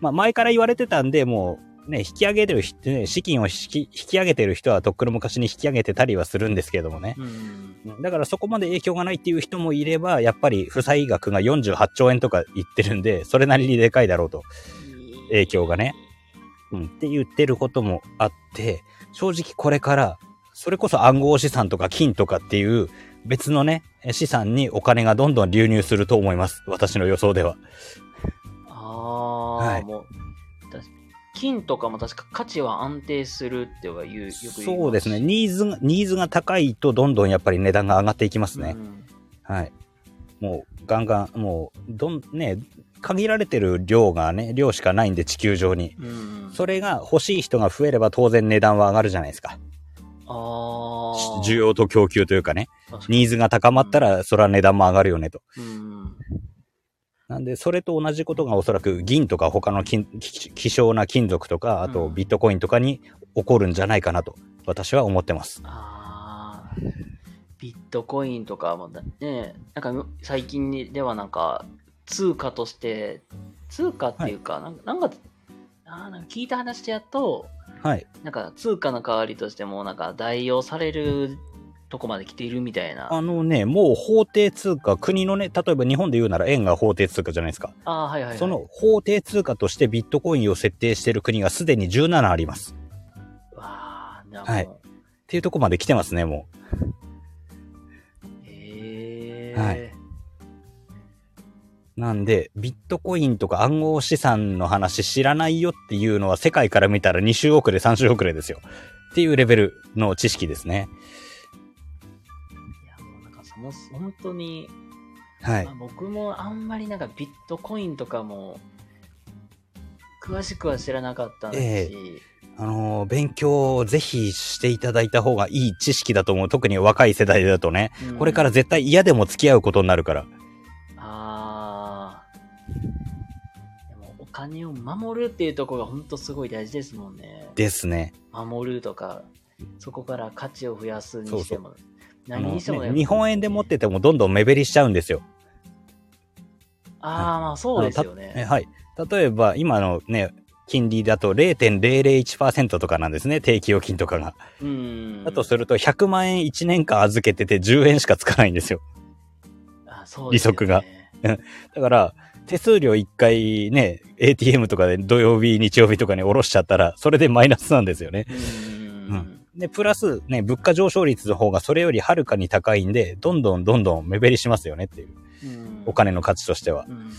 まあ前から言われてたんで、もうね、引き上げる人、ね資金を引き引き上げてる人はとっくの昔に引き上げてたりはするんですけどもね。うん。だからそこまで影響がないっていう人もいれば、やっぱり負債額が48兆円とか言ってるんで、それなりにでかいだろうと。影響がね。うん、って言ってることもあって、正直これから、それこそ暗号資産とか金とかっていう別のね、え資産にお金がどんどん流入すると思います。私の予想では。ああ、はいもう、確か金とかも確か価値は安定するっては言う、よく言いますそうですね。ニーズが、ニーズが高いとどんどんやっぱり値段が上がっていきますねう。んはい。もうガンガン、もう、どん、ね、限られてる量がね、量しかないんで地球上に。うん。それが欲しい人が増えれば当然値段は上がるじゃないですか。ああ。需要と供給というかね。確かにニーズが高まったら、それは値段も上がるよねと。うん。なんで、それと同じことがおそらく銀とか他の金き希少な金属とか、あとうんビットコインとかに起こるんじゃないかなと、私は思ってます。あビットコインとかもだね、なんか最近にではなんか通貨として、通貨っていうか、なんかなんかあーなんか聞いた話やと、はい。なんか通貨の代わりとしてもなんか代用されるとこまで来ているみたいな。あのね、もう法定通貨、国のね、例えば日本で言うなら円が法定通貨じゃないですか。あーはいはい、はい。その法定通貨としてビットコインを設定している国がすでに17あります。っわあ、なんか、はいていうとこまで来てますね、もへえ、はいう。なんで、ビットコインとか暗号資産の話知らないよっていうのは世界から見たら2週遅れ、3週遅れですよ。っていうレベルの知識ですね。いやもうなんかそもそも本当に、はいまあ、。僕もあんまりなんかビットコインとかも詳しくは知らなかったし、えあのー勉強をぜひしていただいた方がいい知識だと思う。特に若い世代だとね。うんこれから絶対嫌でも付き合うことになるから。あーでもお金を守るっていうところが本当すごい大事ですもんねですね。守るとかそこから価値を増やすにしてもあ何のにしてもね日本円で持っててもどんどん目減りしちゃうんですよ。ああまあそうですよえねはい。例えば、今のね、金利だと0.001%とかなんですね、定期預金とかが。うんだとすると、100万円1年間預けてて10円しかつかないんですよ。 あそうですよね利息がだから、手数料1回ね、ATM とかで土曜日、日曜日とかに下ろしちゃったら、それでマイナスなんですよね。ううんで、プラスね、物価上昇率の方がそれよりはるかに高いんで、どんどんどんどん目減りしますよねっていう、うんお金の価値としては。うん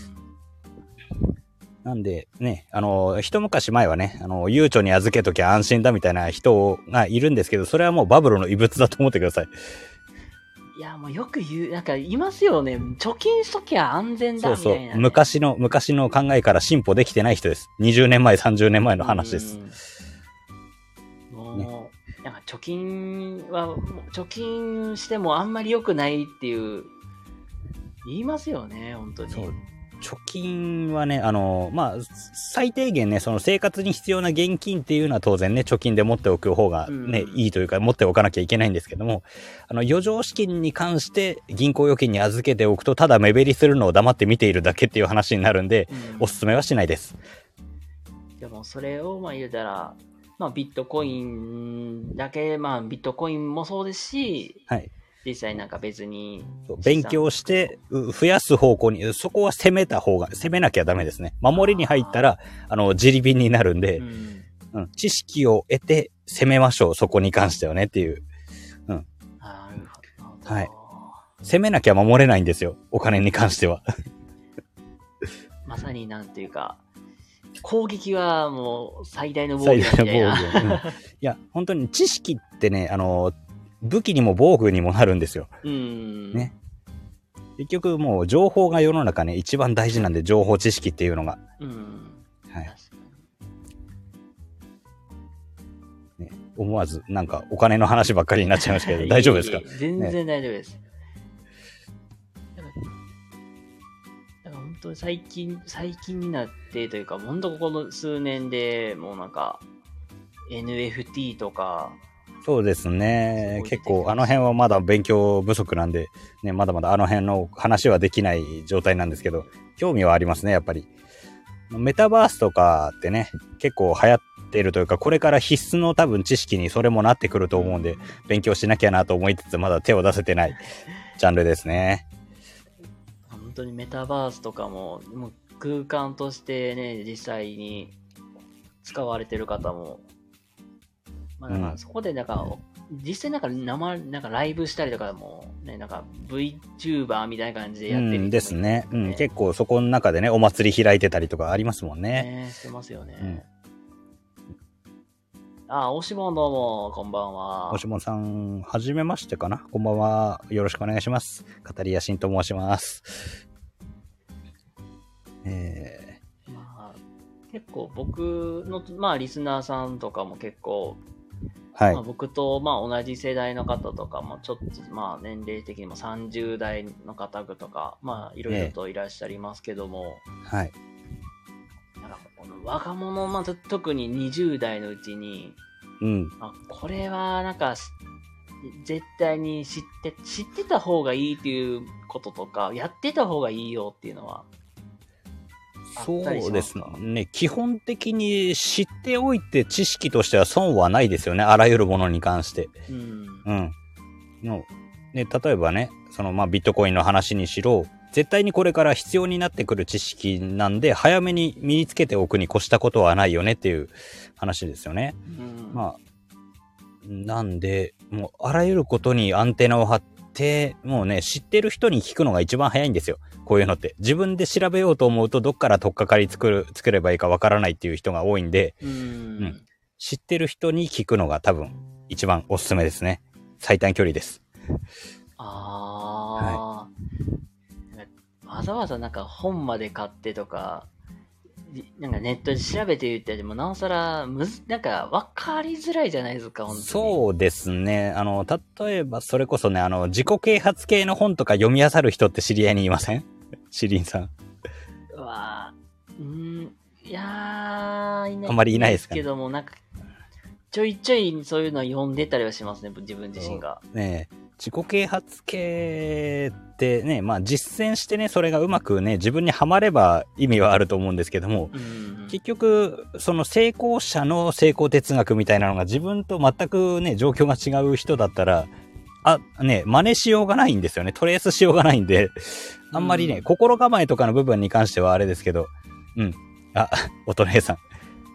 なんで、ね、あの、一昔前はね、あの、悠長に預けときゃ安心だみたいな人がいるんですけど、それはもうバブルの異物だと思ってください。いやもうよく言うなんか言いますよね貯金しときゃ安全だそみたうそいうなね、。昔の、昔の考えから進歩できてない人です。20年前、30年前の話です。うん。もう、なんか貯金は、もう貯金してもあんまり良くないっていう、言いますよね、本当に。そう貯金はね、あの、まあ、最低限ね、その生活に必要な現金っていうのは当然ね、貯金で持っておく方がね、うんいいというか、持っておかなきゃいけないんですけども、あの、余剰資金に関して銀行預金に預けておくと、ただ目減りするのを黙って見ているだけっていう話になるんで、うんおすすめはしないです。でもそれをまあ言うたら、まあビットコインだけ、まあビットコインもそうですし、はい。実際なんか別に、そう勉強して、う増やす方向に、そこは攻めた方が、攻めなきゃダメですね。守りに入ったら、あの、自利品になるんで、うんうん、知識を得て攻めましょう、そこに関してはねっていう。なるほど。はい攻めなきゃ守れないんですよ、お金に関しては。まさになんていうか、攻撃はもう最大の防御最みた大いのな。防御。うんいや、本当に知識ってね、あの、武器にも防具にもなるんですよ。うん。ね結局もう情報が世の中ね、一番大事なんで、情報知識っていうのが。うん。はい。確かにね、思わず、なんかお金の話ばっかりになっちゃいましたけど、大丈夫ですかいえいえ全然大丈夫です。なんかなんか本当に最近、最近になってというか、本当ここの数年でもうなんか、NFT とか、そうですね。すごい出てき結ます構、あの辺はまだ勉強不足なんで、ね、まだまだあの辺の話はできない状態なんですけど、興味はありますね、やっぱり。メタバースとかってね、結構流行ってるというか、これから必須の多分知識にそれもなってくると思うんで、勉強しなきゃなと思いつつ、まだ手を出せてないジャンルですね。本当にメタバースとかも、もう空間としてね、実際に使われてる方も、まあ、なんうかんそこでなんか、実際なんか生、なんかライブしたりとかも、ね、なんか VTuber みたいな感じでうやってる人もいんですね。うん、ね結構そこの中でね、お祭り開いてたりとかありますもんね。ね、してますよね。あ、おしもんどうも、こんばんは。もしもさん、はじめましてかなこんばんは。よろしくお願いします。語りやしんと申します。えまあ結構僕の、まあ、リスナーさんとかも結構、ー、はいまあ、。僕と、まあ、同じ世代の方とかも、ちょっと、まあ、年齢的にも30代の方とか、まあ、いろいろといらっしゃいますけども、はい。なんかこの若者、まあ、と特に20代のうちに、うん。あこれはなんかし絶対に知って、知ってた方がいいっていうこととか、やってた方がいいよっていうのは、そうですね。基本的に知っておいて知識としては損はないですよね。あらゆるものに関して。うん。うん。のね、例えばね、そのまあビットコインの話にしろ、絶対にこれから必要になってくる知識なんで、早めに身につけておくに越したことはないよねっていう話ですよね。うん、あ、まあ、なんで、もうあらゆることにアンテナを張って、もうね、知ってる人に聞くのが一番早いんですよ。こういうのって。自分で調べようと思うと、どっから取っかかり作る、作ればいいかわからないっていう人が多いんで、うん。ん知ってる人に聞くのが多分、一番おすすめですね。最短距離です。ああ、なんかわざわざなんか本まで買ってとか、いなんかネットで調べて言ってでもなおさらむず、なんか分かりづらいじゃないですか、本当に。そうですね。あの、例えば、それこそね、あの、自己啓発系の本とか読み漁る人って知り合いにいません シリンさん。うわーうーん、いやー、いないあんまりいないですかねけども、なんか、ちょいちょいそういうの読んでたりはしますね、自分自身が。ねえ自己啓発系ってね、まあ実践してね、それがうまくね、自分にはまれば意味はあると思うんですけども、うん結局、その成功者の成功哲学みたいなのが自分と全くね、状況が違う人だったら、あ、ね、真似しようがないんですよね。トレースしようがないんで、あんまりね、うん心構えとかの部分に関してはあれですけど、うん。あ、 乙姉さん。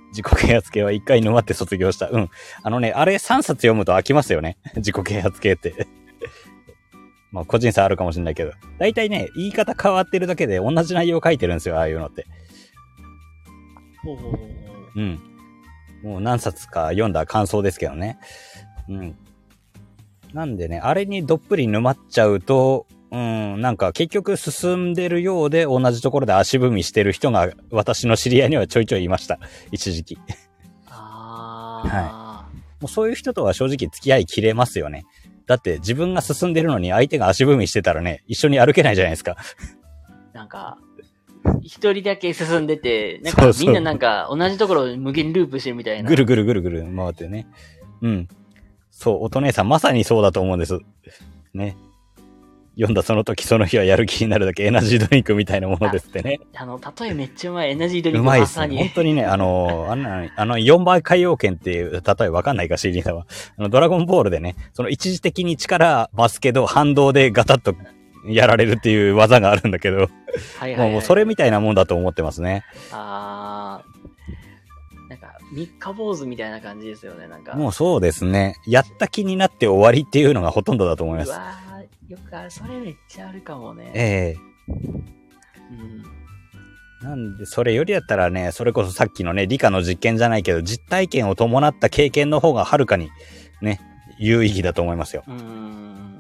自己啓発系は一回沼って卒業した。うん。あのね、あれ3冊読むと飽きますよね。 自己啓発系って。 まあ、個人差あるかもしれないけど。大体ね、言い方変わってるだけで同じ内容書いてるんですよ、ああいうのって。ほうほうほうほうん。もう何冊か読んだ感想ですけどね。うん。なんでね、あれにどっぷり沼っちゃうと、うん、なんか結局進んでるようで同じところで足踏みしてる人が私の知り合いにはちょいちょいいました。一時期。もうあうそういう人とは正直付き合い切れますよね。だって自分が進んでるのに相手が足踏みしてたらね、一緒に歩けないじゃないですか。ー、なんか、一人だけ進んでて、なんそうかそうみんななんか同じところを無限ループしてるみたいな。ぐるぐるぐるぐる回ってね。うん。そう、おとねさん、まさにそうだと思うんです。ね。読んだその時その日はやる気になるだけエナジードリンクみたいなものですってね。あの、例えめっちゃうまい。エナジードリンうクまいっますさね。本に。当にね、あの、あの、あの4倍海洋圏っていう、例えわかんないか、シリーさんは。あの、ドラゴンボールでね、その一時的に力増すけど、反動でガタッとやられるっていう技があるんだけど、はいもうもうそれみたいなもんだと思ってますね。あーなんか、三日坊主みたいな感じですよね、なんか。もうそうですね。やった気になって終わりっていうのがほとんどだと思いまうす。わーよくある。それめっちゃあるかもね。ええうん。なんで、それよりだったらね、それこそさっきのね、理科の実験じゃないけど、実体験を伴った経験の方がはるかに、ね、有意義だと思いますよ。うーん。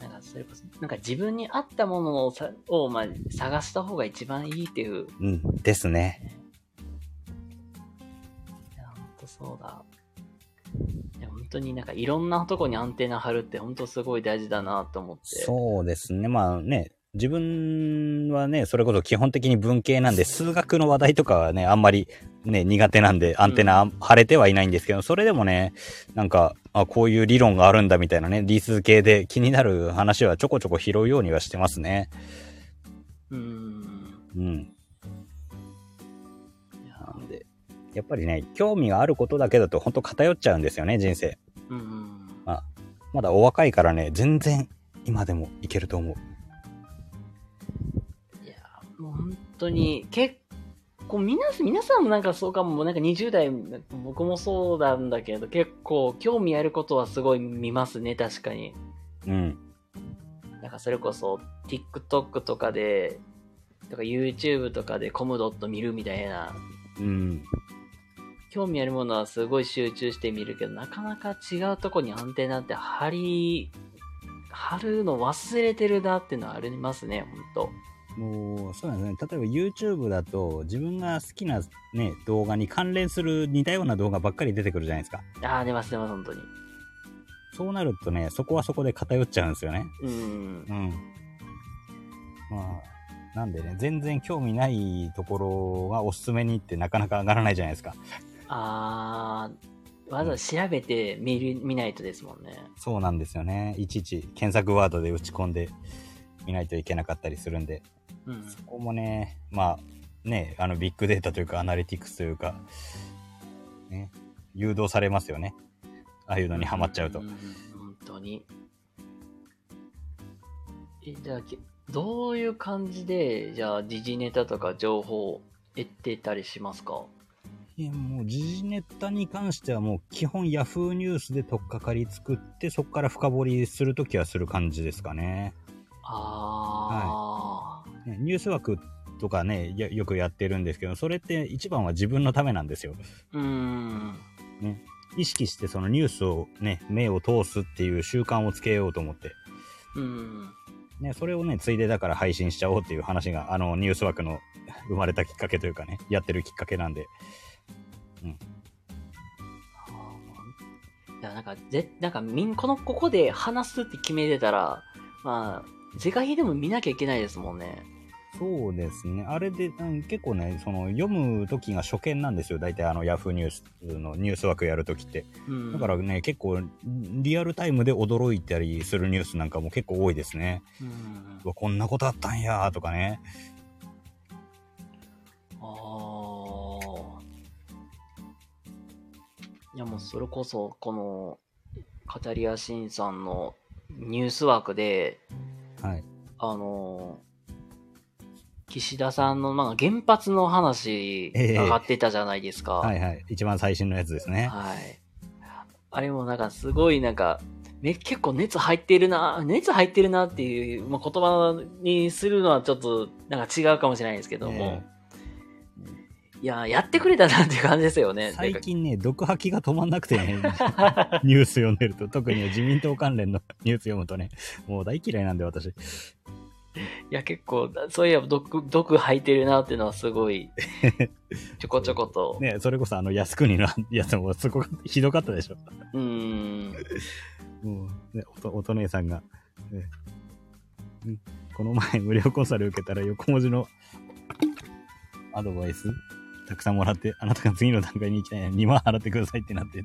なんか、それこそ、なんか自分に合ったものをさを、まあ、探した方が一番いいっていう。うん、ですね。いや、ほんとそうだ。いや、本当になんかいろんなとこにアンテナ張るって本当すごい大事だなと思って。そうですね。まあね、自分はね、それこそ基本的に文系なんで、数学の話題とかはね、あんまりね、苦手なんで、アンテナ張れてはいないんですけど、それでもね、なんか、あ、こういう理論があるんだみたいなね、理数系で気になる話はちょこちょこ拾うようにはしてますね。う。うーん。うん。いやなんで、やっぱりね、興味があることだけだと本当偏っちゃうんですよね、人生。うん。まだお若いからね、全然今でもいけると思う。いやもう本当に結構皆さん皆さんもなんかそうかもなんか20代僕もそうなんだけど結構興味あることはすごい見ますね確かにうん。なんかそれこそ TikTok とかでとか YouTube とかでコムドット見るみたいなうん。興味あるものはすごい集中して見るけどなかなか違うとこにアンテナって張り張るの忘れてるなっていうのはありますね本もう、そうなんですね。例えば YouTube だと、自分が好きなね、動画に関連する似たような動画ばっかり出てくるじゃないですか。当ああ出ます出ます本当にそうなるとね、そこはそこで偏っちゃうんですよね。うんうん。まあ、なんでね、全然興味ないところがおすすめにってなかなか上がらないじゃないですか。あわざわざ調べて見る見ないとですもんね。そうなんですよね。いちいち検索ワードで打ち込んで見ないといけなかったりするんで、うん。そこもね、まあ、ね、あのビッグデータというかアナリティクスというか、ね、誘導されますよね。ああいうのにハマっちゃうとん。んん本当に。え、じゃあ、きどういう感じで、じゃあ、時事ネタとか情報を得てたりしますかいや、もう時事ネタに関してはもう基本 Yahoo ニュースで取っかかり作って、そこから深掘りするときはする感じですかね。ああ、ねニュース枠とかね、やよくやってるんですけど、それって一番は自分のためなんですよ。うーん。意識してそのニュースをね、目を通すっていう習慣をつけようと思って、うん。ね、それをね、ついでだから配信しちゃおうっていう話が、あの、ニュース枠の生まれたきっかけというかね、やってるきっかけなんで、あーいや、なんか、ぜ、なんか、みん、この、ここで話すって決めてたら、まあ、是が非でも見なきゃいけないですもんね。そうですね。あれで、うん、結構ね、その、読む時が初見なんですよ。大体あの、ヤフーニュースのニュース枠やる時って。うん。だからね、結構、リアルタイムで驚いたりするニュースなんかも結構多いですね。うんう。わこんなことあったんやーとかね。ああ。いやもうそれこそ、この、カタリアシンさんのニュース枠で、はい。あのー岸田さんのなんか原発の話ええ上がってたじゃないですか。はいはい。一番最新のやつですね。はい。あれもなんかすごいなんか、め結構熱入ってるな、熱入ってるなっていう、まあ、言葉にするのはちょっとなんか違うかもしれないですけども、いや、やってくれたなっていう感じ ですよね。最近ね、毒吐きが止まんなく てね、ニュース読んでると、特に自民党関連の ニュース読むとね、もう大嫌いなんで私。いや、結構、そういえば毒、毒吐いてるなっていうのはすご い、ちょこちょこと。ね、それこそあの靖国のやつもすごくひどかったでしょ。うーん。もう、ね、おとおと姉さんが、ねうんこの前無料コンサル受けたら横文字のアドバイスたくさんもらって、あなたが次の段階に行きたいなら2万払ってくださいってなって、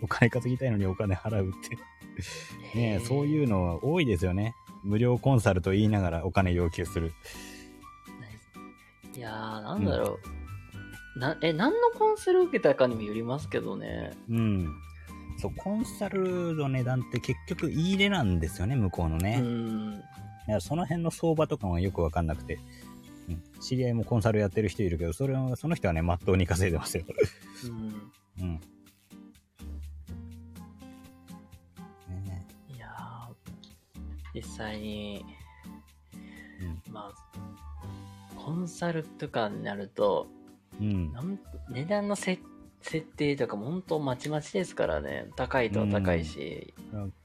お金稼ぎたいのにお金払うって。ねえそういうのは多いですよね。無料コンサルと言いながらお金要求する。いやー、なんだろう。な、え、何のコンセル受けたかにもよりますけどね。うん。そう、コンサルの値段って結局言い入れなんですよね、向こうのうね。だかーん。らその辺の相場とかもよくわかんなくて、うん知り合いもコンサルやってる人いるけど、それは、その人はね、まっとうに稼いでますよ。うん。うん。ねいやー実際に、まあ、コンサルとかになると、えうん。なん値段のせ設定とかも本当まちまちですからね。高いとは高いし。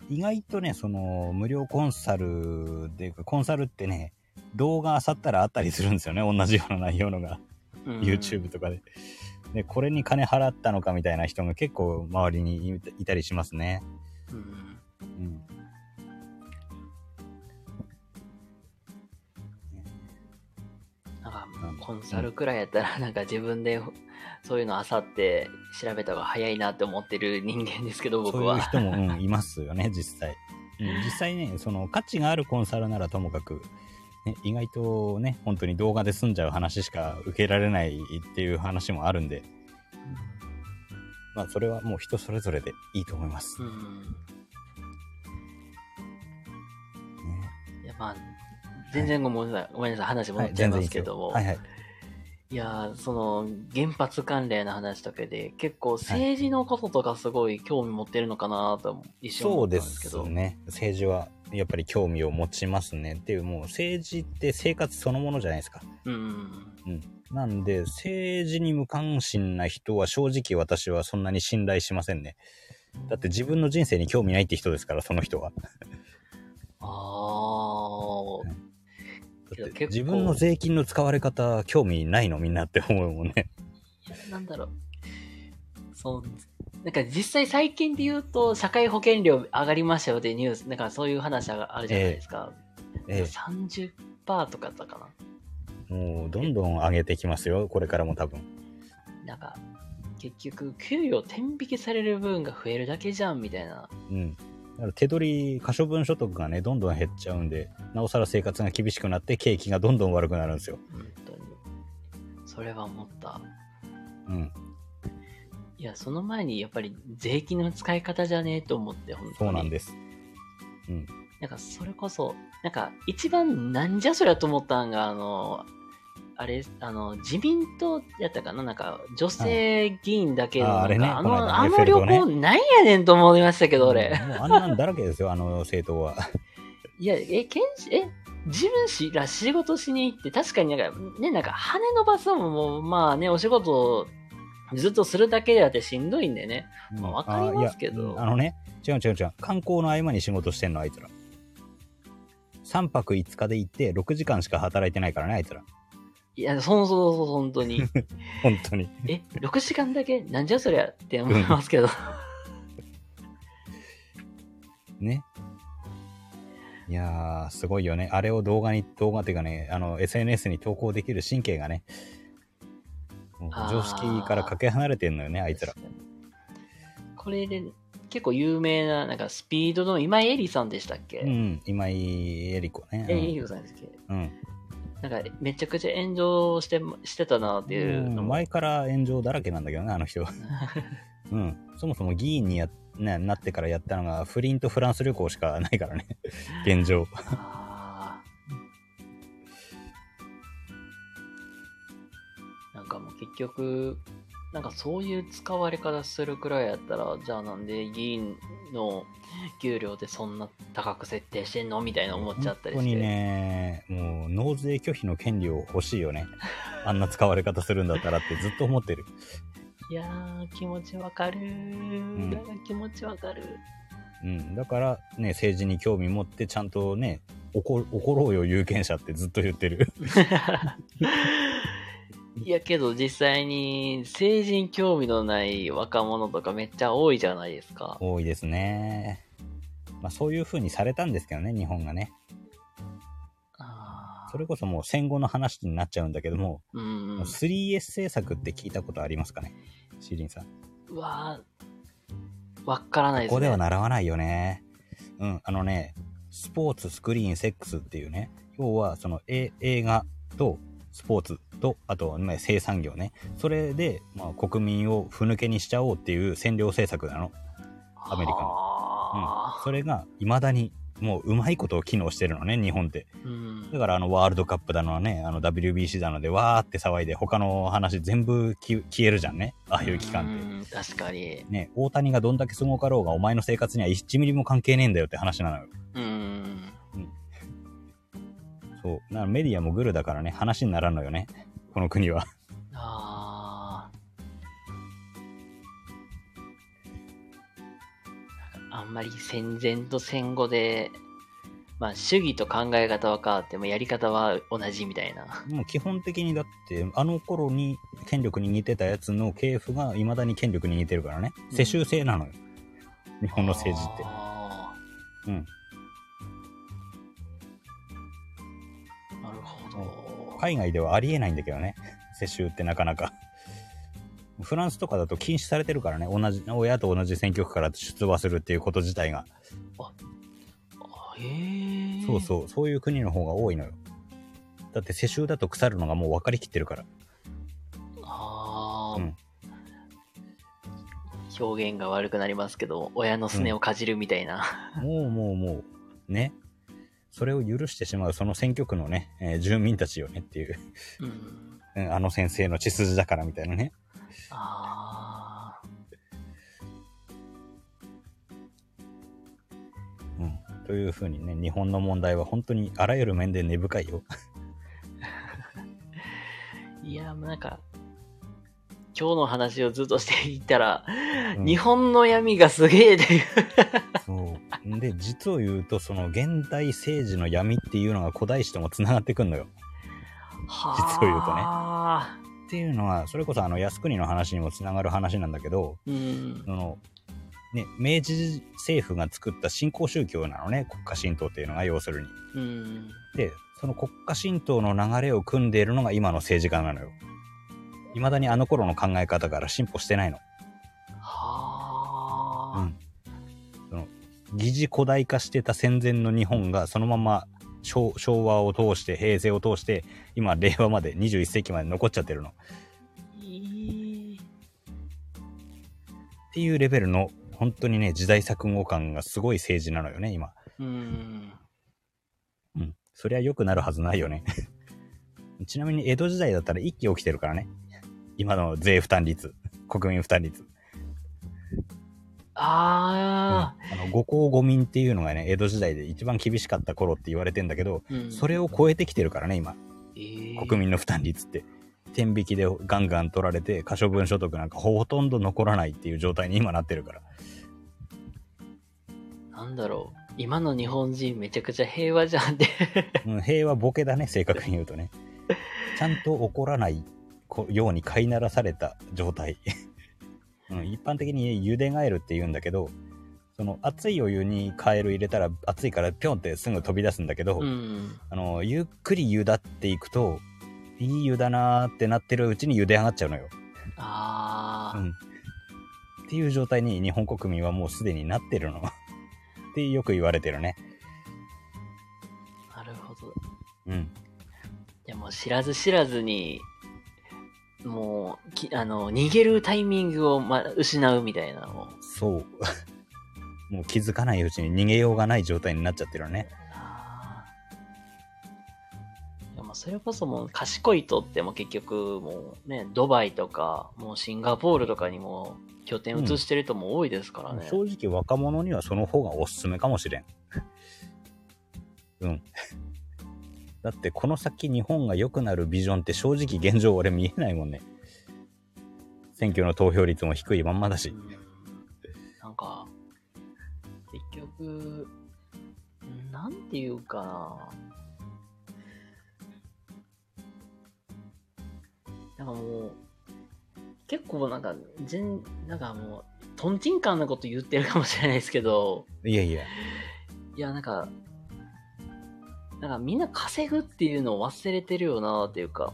意外とね、その、無料コンサルっていうか、コンサルってね、動画漁ったらあったりするんですよね、同じような内容のが。うん YouTube とかで。で、これに金払ったのかみたいな人が結構周りにいいたりしますね。うんうん。なんかうんコンサルくらいやったらなんか自分でそういうのあさって調べた方が早いなって思ってる人間ですけど僕そういうは。人も、うん、いますよね、実際。うん、実際ね、その価値があるコンサルならともかく、ね、意外とね、本当に動画で済んじゃう話しか受けられないっていう話もあるんで、まあそれはもう人それぞれでいいと思います。うんねいやまあ全然ごめんなさい、ごめんなさい話戻っちゃいますけども、はいはい。いやーその原発関連の話だけで結構政治のこととかすごい興味持ってるのかなと一瞬そ思うったんでですけすどね。政治はやっぱり興味を持ちますね。っていう、もう政治って生活そのものじゃないですか。うんなんで、政治に無関心な人は正直私はそんなに信頼しませんね。だって自分の人生に興味ないって人ですから、その人は。ああいだやっ結構て自分の税金の使われ方、興味ないのみんなって思うもんね。 なんだろう。そう。なんか実際最近で言うと、社会保険料上がりましたよってニュース、なんかそういう話があるじゃないですか。え30%とかだったかえ、もうどんどん上げてきますよ、これからも多分。な。なんか、結局、給与天引きされる分が増えるだけじゃん、みたいな。うん。だから手取り、可処分所得がね、どんどん減っちゃうんで、なおさら生活が厳しくなって、景気がどんどん悪くなるんですよ。本当に。それは思った。うん。いや、その前に、やっぱり税金の使い方じゃねえと思って、本当そに。うなんです。なんかそれこそ、なんか一番なんじゃそりゃと思ったんが、あの、あれ、あの、自民党やったかななんか、女性議員だけの、ああれねなんかあこの間の、あねのフェル旅トね行なんやねんと思いましたけど、俺。うんもうあんなんだらけですよ、あの政党は。いや、え、検視、え、自分しら仕事しに行って、確かになんか、ね、なんか羽伸ばすのももう、まあね、お仕事をずっとするだけであってしんどいんでね。まあわかりますけどあいやうんあのね、違う違う違う。観光の合間に仕事してんの、あいつら。3泊5日で行って、6時間しか働いてないからね、あいつら。いや、そうそうそう、本当 に。本当に。え、6時間だけなんじゃそりゃって思いますけど。ね。いやー、すごいよね。あれを動画に、動画っていうかね、あの、SNS に投稿できる神経がね、もうあー常識からかけ離れてんのよね、 あいつら。確かにこれで結構有名ななんかスピードの今井絵里さんでしたっけ、うん、今井絵理子え絵ね。里さんですっけうん。うんなんかめちゃくちゃ炎上してしてたなっていうのうんも、前から炎上だらけなんだけどね、あの 人は。うん。そもそも議員にや、ね、なってからやったのが、不倫とフランス旅行しかな いからね、現状。あーなんかもう結局なんかそういう使われ方するくらいやったらじゃあなんで議員の給料でそんな高く設定してんのみたいな思っちゃったり本して当にね、もう納税拒否の権利を欲し いよね。あんな使われ方するんだったらってずっと思ってる。いやー気持ちわかるー、ん気持ちわかるうん、だからね、政治に興味持ってちゃんとね、怒怒ろうよ有権者ってずっと言ってる。 いやけど実際に成人興味のない若者とかめっちゃ多いじゃないですか多いですね。まあそういう風にされたんですけどね、日本がね。あーそれこそもう戦後の話になっちゃうんだけども、うんもう 3S 政策って聞いたことありますかねシリンさん。うわーわっからないですねここでは習わないよね。うん、あのね、スポーツ、スクリーン、セックスっていうね、要はそのえ映画とスポーツと、あと、ね、生産業ね、それで、まあ、国民をふぬけにしちゃおうっていう占領政策なの。アメリカのうん、あそれが未だにもううまいことを機能してるのね、日本って。ーうんだからあのワールドカップだのね、あの WBC だのでわーって騒いで他の話全部き消えるじゃんね、ああいう期間って。うん確かにね、大谷がどんだけすごかろうがお前の生活には1ミリも関係ねえんだよって話なのよ。うんそう。だからメディアもグルだからね、話にならんのよね。この国は。 あーなんかあんまり戦前と戦後で、まあ、主義と考え方は変わってもやり方は同じみたいな。もう基本的にだって、あの頃に権力に似てたやつの系譜が未だに権力に似てるからね。世襲制なのよ。日本の政治って。あうん。ーなるほど。海外ではありえないんだけどね。世襲ってなかなか。フランスとかだと禁止されてるからね。同じ、親と同じ選挙区から出馬するっていうこと自体が。あへえ。そうそう。そういう国の方が多いのよ。だって世襲だと腐るのがもう分かりきってるから。ああ、うん表現が悪くなりますけど、親のすねをかじるみたいな。もうもうもう、ね。それを許してしまう、その選挙区のね、えー住民たちよねっていう、うん。うんあの先生の血筋だからみたいなね。あうん。というふうにね、日本の問題は本当にあらゆる面で根深いよ。あ。いや、もうなんか、今日の話をずっとしていったら、うん日本の闇がす げえっていう。そう。で、実を言うと、その現代政治の闇っていうのが古代史とも繋がってくんのよ。実を言うとねはあっていうのは、それこそあの靖国の話にも繋がる話なんだけど、うんそ。の、ね、明治政府が作った新興宗教なのね、国家神道っていうのが要するに。うん。でその国家神道の流れを組んでいるのが今の政治家なのよ未だにあの頃の考え方から進歩してないの。はあ、うんその疑似古代化してた戦前の日本がそのまま昭昭和を通して平成を通して今令和まで21世紀まで残っちゃってるの。っていうレベルの本当にね時代錯誤感がすごい政治なのよね今。うん。うん。そりゃ良くなるはずないよね。 ちなみに江戸時代だったら一気起きてるからね。今の税負担率、国民負担率。ああの五公五民っていうのがね、江戸時代で一番厳しかった頃って言われてんだけど、あ、うんそれを超えてきてるからね、今。国国民の負担率って。天引きでガンガン取られて、可処分所得なんかほとんど残らないっていう状態に今なってるから。なんだろう。今の日本人めちゃくちゃ平和じゃん って。うん、平和ボケだね、正確に言うとね。ちゃんと怒らないこように飼いならされた状態。 うん、一般的に茹でガエルって言うんだけど、その熱いお湯にカエル入れたら熱いからピョンってすぐ飛び出すんだけど、うん。あのゆっくり茹だっていくと、いい湯だなーってなってるうちに茹で上がっちゃうのよ。あうあ、ん。っていう状態に日本国民はもうすでになってるの。 ってよく言われてるね。なるほど。うん。いやもう知らず知らずに、もうき、あの、逃げるタイミングを、ま、失うみたいなもうそう。 もう気づかないうちに逃げようがない状態になっちゃってるね。あーいやもうそれこそもう賢いとっても結局もうねドバイとかもうシンガポールとかにも拠点移してる人も多いですからね、正直若者にはその方がおすすめかもしれん。 うん。 だってこの先日本が良くなるビジョンって正直現状俺見えないもんね。選挙の投票率も低いまんまだし。なんか結局なんていうかななんかもう結構なんか全なんかもうとんちんかんなこと言ってるかもしれないですけどいやいや。いや、なんか、なんかみんな稼ぐっていうのを忘れてるよなっていうか、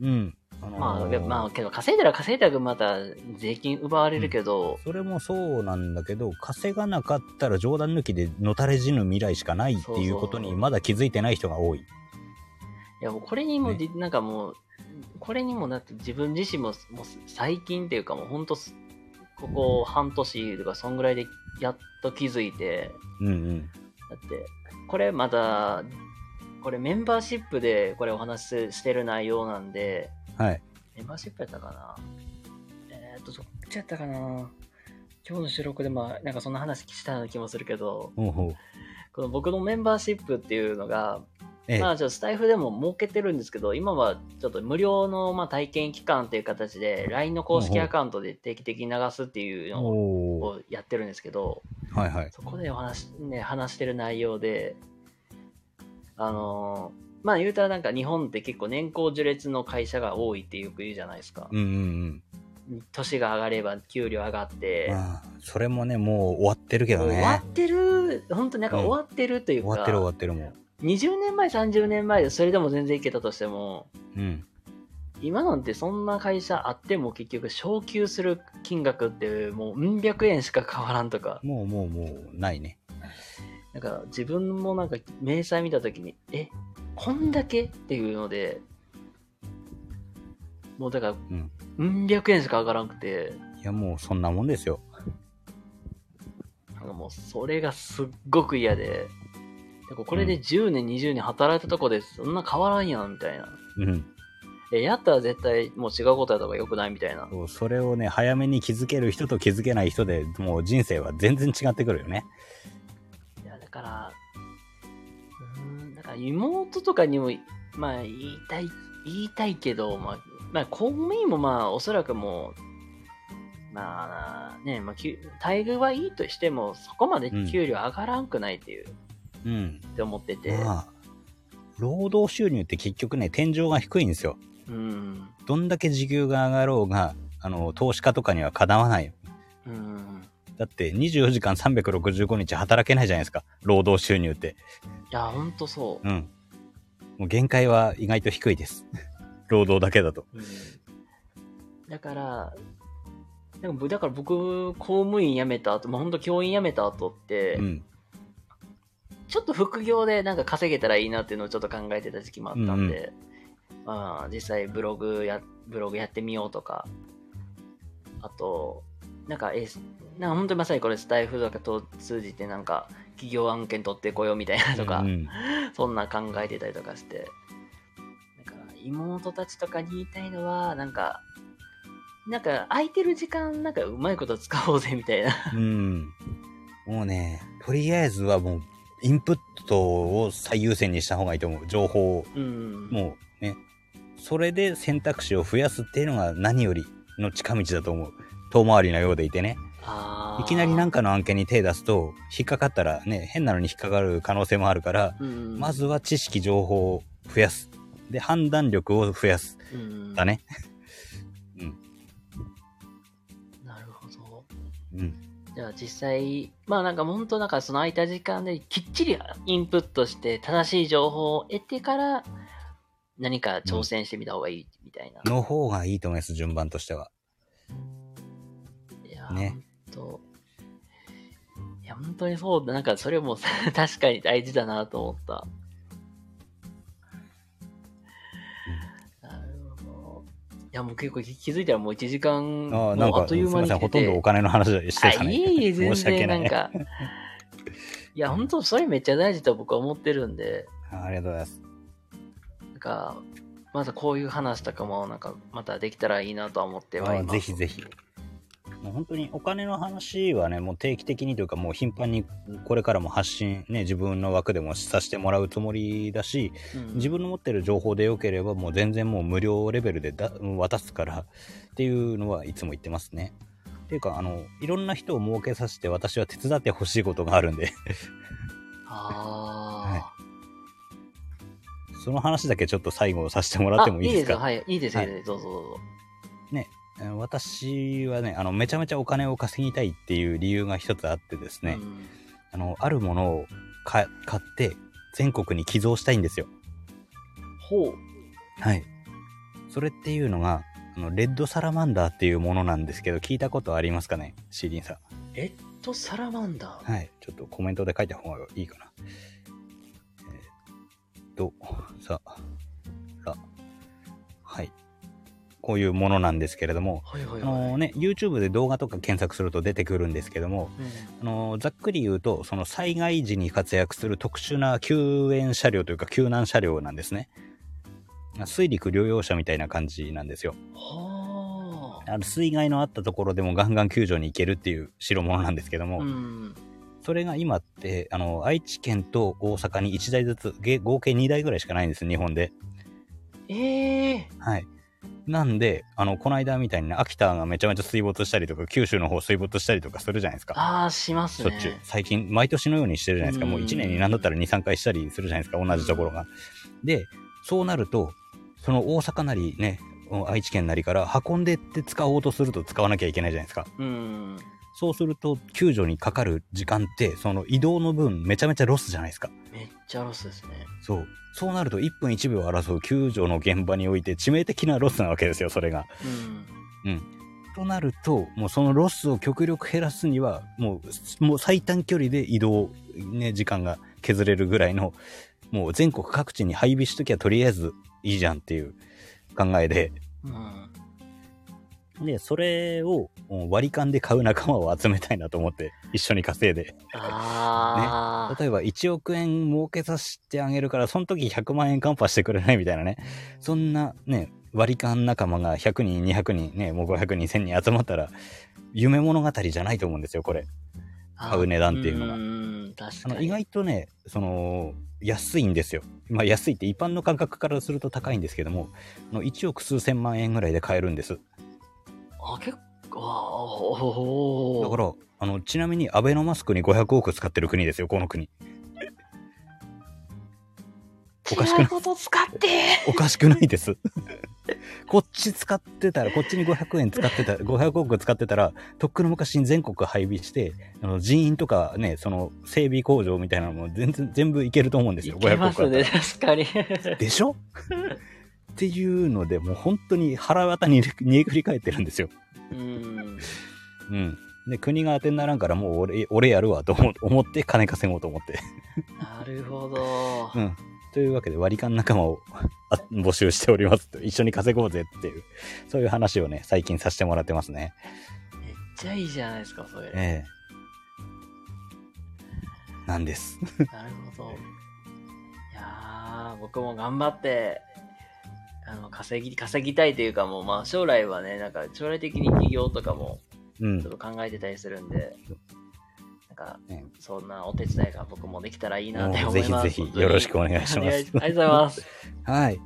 うん。あのーまあ、いやまあ、けど稼いだら稼いだらまた税金奪われるけど、それもそうなんだけど稼がなかったら冗談抜きでのたれ死ぬ未来しかないっていうことそうにそうまだ気づいてない人が多いいやもうこれにも、なんかもう、これにもだって自分自身ももう最近っていうかもうほんとす、ここ半年とかそんぐらいでやっと気づいて、うんうんだって、これまだ、これメンバーシップでこれお話ししてる内容なんで、はいメンバーシップやったかなえー、っと、どっちやったかな今日の収録でも、なんかそんな話したような気もするけど、ほうほうこの僕のメンバーシップっていうのが、ええ、まあ、ちょっとスタイフでも設けてるんですけど、今はちょっと無料のまあ体験期間っていう形で、LINE の公式アカウントで定期的に流すっていうのおおをやってるんですけど、はいはいそこでお話,、ね、話してる内容で、あのーまあ言うたらなんか日本って結構年功序列の会社が多いってよく言うじゃないですか。うんうん年が上がれば給料上がっうて、んまあそれもねもう終わってるけどもう終わねってる本当になんかうん終わってるという終か、わってる終わってるもう20年前30年前でそれでも全然いけたとしてもうん今なんてそんな会社あっても結局昇給する金額ってもううん百円しか変わらんとかもうもうもうないねなんか自分もなんか明細見た時にえこんだけっていうのでもうだからうんうん百円しか上がらなくていやもうそんなもんですよなんかもうそれがすっごく嫌で、なんかこれで10年、20年働いたとこでそんな変わらんやんみたいな。うんえ、やったら絶対もう違うことやった方が良くないみたいな。そうそれをね早めに気づける人と気づけない人でもう人生は全然違ってくるよねいや、だから、うーん、だから妹とかにも、まあ言いたい、言いたいけど、まあ、まあ公務員もまあおそらくもう、まあね、まあ、給待遇はいいとしても、そこまで給料上がらんくないっていう、うんって思ってて。まあ労働収入って結局ね天井が低いんですようん。どんだけ時給が上がろうがあの投資家とかにはかなわないようん。だって24時間365日働けないじゃないですか労働収入っていや、ほんとそう。うん もう限界は意外と低いです労働だけだとうんだから、なんかだから僕、公務員辞めた後、まあ、本当教員辞めた後って、うん。ちょっと副業でなんか稼げたらいいなっていうのをちょっと考えてた時期もあったんで、まあ、実際ブログや、ブログやってみようとか、あと、なんか、えなんか本当にまさにこれスタイフとかと通じてなんか企業案件取ってこようみたいなとか、うんそんな考えてたりとかして。だから妹たちとかに言いたいのは、なんか、なんか空いてる時間、なんかうまいこと使おうぜみたいな。うん。もうね、とりあえずはもう、インプットを最優先にした方がいいと思う。情報を。うん。もうね、それで選択肢を増やすっていうのが何よりの近道だと思う。遠回りなようでいてね。あーいきなりなんかの案件に手出すと、引っかかったらね、変なのに引っかかる可能性もあるから、うん、まずは知識情報を増やす。で、判断力を増やす。うん、だね。なるほど。うん。じゃあ実際、まあなんか本当なんかその空いた時間できっちりインプットして正しい情報を得てから何か挑戦してみた方がいいみたいな。の方がいいと思います、順番としては。いや、ね本当いや、本当にそうだ。なんか、それも確かに大事だなと思った。なるほど。いや、もう結構気気づいたらもう1時間、あもあ、うなんあか、っすとみいう間まにせん、来ほとんどおて。金の話でしてたあ、ね。いえいえ、全 申し訳然なないんか。いや、本当それめっちゃ大事と僕は思ってるんで、ありがとうございます。なんか、まずこういう話とかも、なんか、またできたらいいなとは思ってはあいあます。ぜひぜひ。もう本当にお金の話はね、もう定期的にというか、もう頻繁にこれからも発信、ね、自分の枠でもさせてもらうつもりだし、うん自分の持ってる情報でよければ、もう全然もう無料レベルでだ渡すからっていうのはいつも言ってますね。っていうか、あの、いろんな人を儲けさせて、私は手伝ってほしいことがあるんで、あー。はいその話だけちょっと最後させてもらってもいいですかあいいですよはい、いいですよ、はいいいですよどうぞどうぞ。えー私はねあのめちゃめちゃお金を稼ぎたいっていう理由が一つあってですね、うんあのあるものをか買って全国に寄贈したいんですよほう。はいそれっていうのがあのレッドサラマンダーっていうものなんですけど聞いたことありますかねシーリンさんレッドサラマンダー。はいちょっとコメントで書いた方がいいかなえーっとさらはいこういうものなんですけれどもはいはあいはい。のね YouTube で動画とか検索すると出てくるんですけどもあのざっくり言うとその災害時に活躍する特殊な救援車両というか救難車両なんですねまあ水陸両用車みたいな感じなんですようん、はあの水害のあったところでもガンガン救助に行けるっていう代物なんですけどあ。も、うん。それが今ってあの愛知県と大阪に1台ずつげ合計2台ぐらいしかないんです日本でええはいなんであのこの間みたいにね秋田がめちゃめちゃ水没したりとか九州の方水没したりとかするじゃないですかああ、しますしょね。っちゅう最近毎年のようにしてるじゃないですかもううん1年に何だったら23回したりするじゃないですか同じところがでそうなるとその大阪なりね愛知県なりから運んでって使おうとすると使わなきゃいけないじゃないですかうん。そうすると救助にかかる時間ってその移動の分めちゃめちゃロスじゃないですかめっちゃロスですね。そうそうなると1分1秒を争う救助の現場において致命的なロスなわけですよそれがうん。となるともうそのロスを極力減らすにはもうもう最短距離で移動、ね、時間が削れるぐらいのもう全国各地に配備しときゃとりあえずいいじゃんっていう考えでうん。でそれをもう割り勘で買う仲間を集めたいなと思って一緒に稼いでああ、例えば1億円儲けさせてあげるからその時100万円カンパしてくれないみたいなねそんなね割り勘仲間が100人200人ねもう500人1000人集まったら夢物語じゃないと思うんですよこれ買う値段っていうのがうん、確かあに。の意外とねその安いんですよまあ安いって一般の感覚からすると高いんですけどもあの1億数千万円ぐらいで買えるんですあ、結構、ああ、おお。だからあのちなみにアベノマスクに500億使ってる国ですよこの国おかしくない違うこと使っておかしくないです。 こっち使ってたら、こっちに500円使ってたら、500億使ってたら、とっくの昔に全国配備して、あの人員とかね、その整備工場みたいなのも全然、全部いけると思うんですよ、い500け億ますだったね、ら確かに。でしょっていうので、もう本当に腹渡に煮えくり返ってるんですよ。うん。うん。で、国が当てにならんから、もう俺、俺やるわと思思って、金稼ごうと思って。なるほど。うん。というわけで、割り勘仲間をあ募集しておりますと。一緒に稼ごうぜっていう、そういう話をね、最近させてもらってますね。めっちゃいいじゃないですか、それ。ええなん です。なるほど。いやー、僕も頑張って、あの、稼ぎ、稼ぎたいというか、もう、まあ、将来はね、なんか、将来的に起業とかも、うちょっん。と考えてたりするんで、なんかね、そんなお手伝いが僕もできたらいいなってもう思ぜいひます。ぜ本ひ当によろしくお願いしまお願すい。ありがとうございます。はい。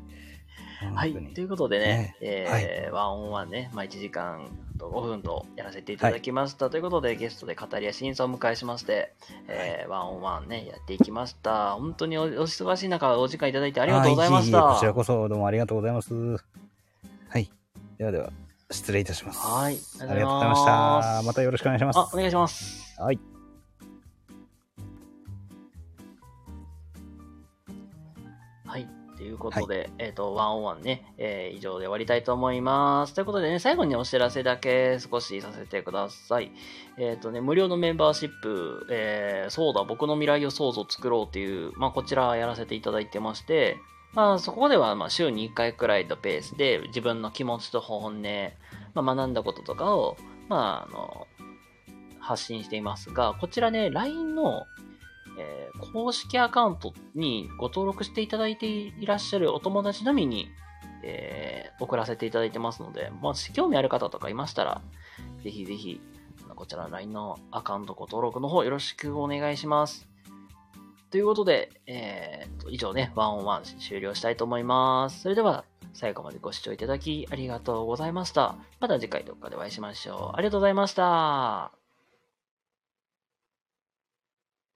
はい。本当にということでね、えーワンオンワンね、まあ、1時間と5分とやらせていただきました。ということで、ゲストで語りや真相をお迎えしまして、えーワンオンワンね、やっていきました。本当におお忙しい中、お時間いただいてありがとうございました。はええこちらこそどうもありがとうございます。はい。ではでは、失礼いたします。はい。あありがとうございました。またよろしくお願いします。あ、お願いします。はい。はい。ということで、えっ、と、ワンオンワンね、えー以上で終わりたいと思います。ということでね、最後にお知らせだけ少しさせてください。えっ、とね、無料のメンバーシップ、えーそうだ、僕の未来を想像作ろうっていう、まあ、こちらやらせていただいてまして、まあ、そこでは、まあ、週に1回くらいのペースで、自分の気持ちと本音、まあ、学んだこととかを、まあ、あの、発信していますが、こちらね、LINE の、えー公式アカウントにご登録していただいていらっしゃるお友達のみに、えー送らせていただいてますので、もし興味ある方とかいましたら、ぜひぜひ、あのこちらの LINE のアカウントご登録の方よろしくお願いします。ということで、えーと以上ね、ワンオンワン終了したいと思います。それでは、最後までご視聴いただきありがとうございました。また次回どっかでお会いしましょう。ありがとうございました。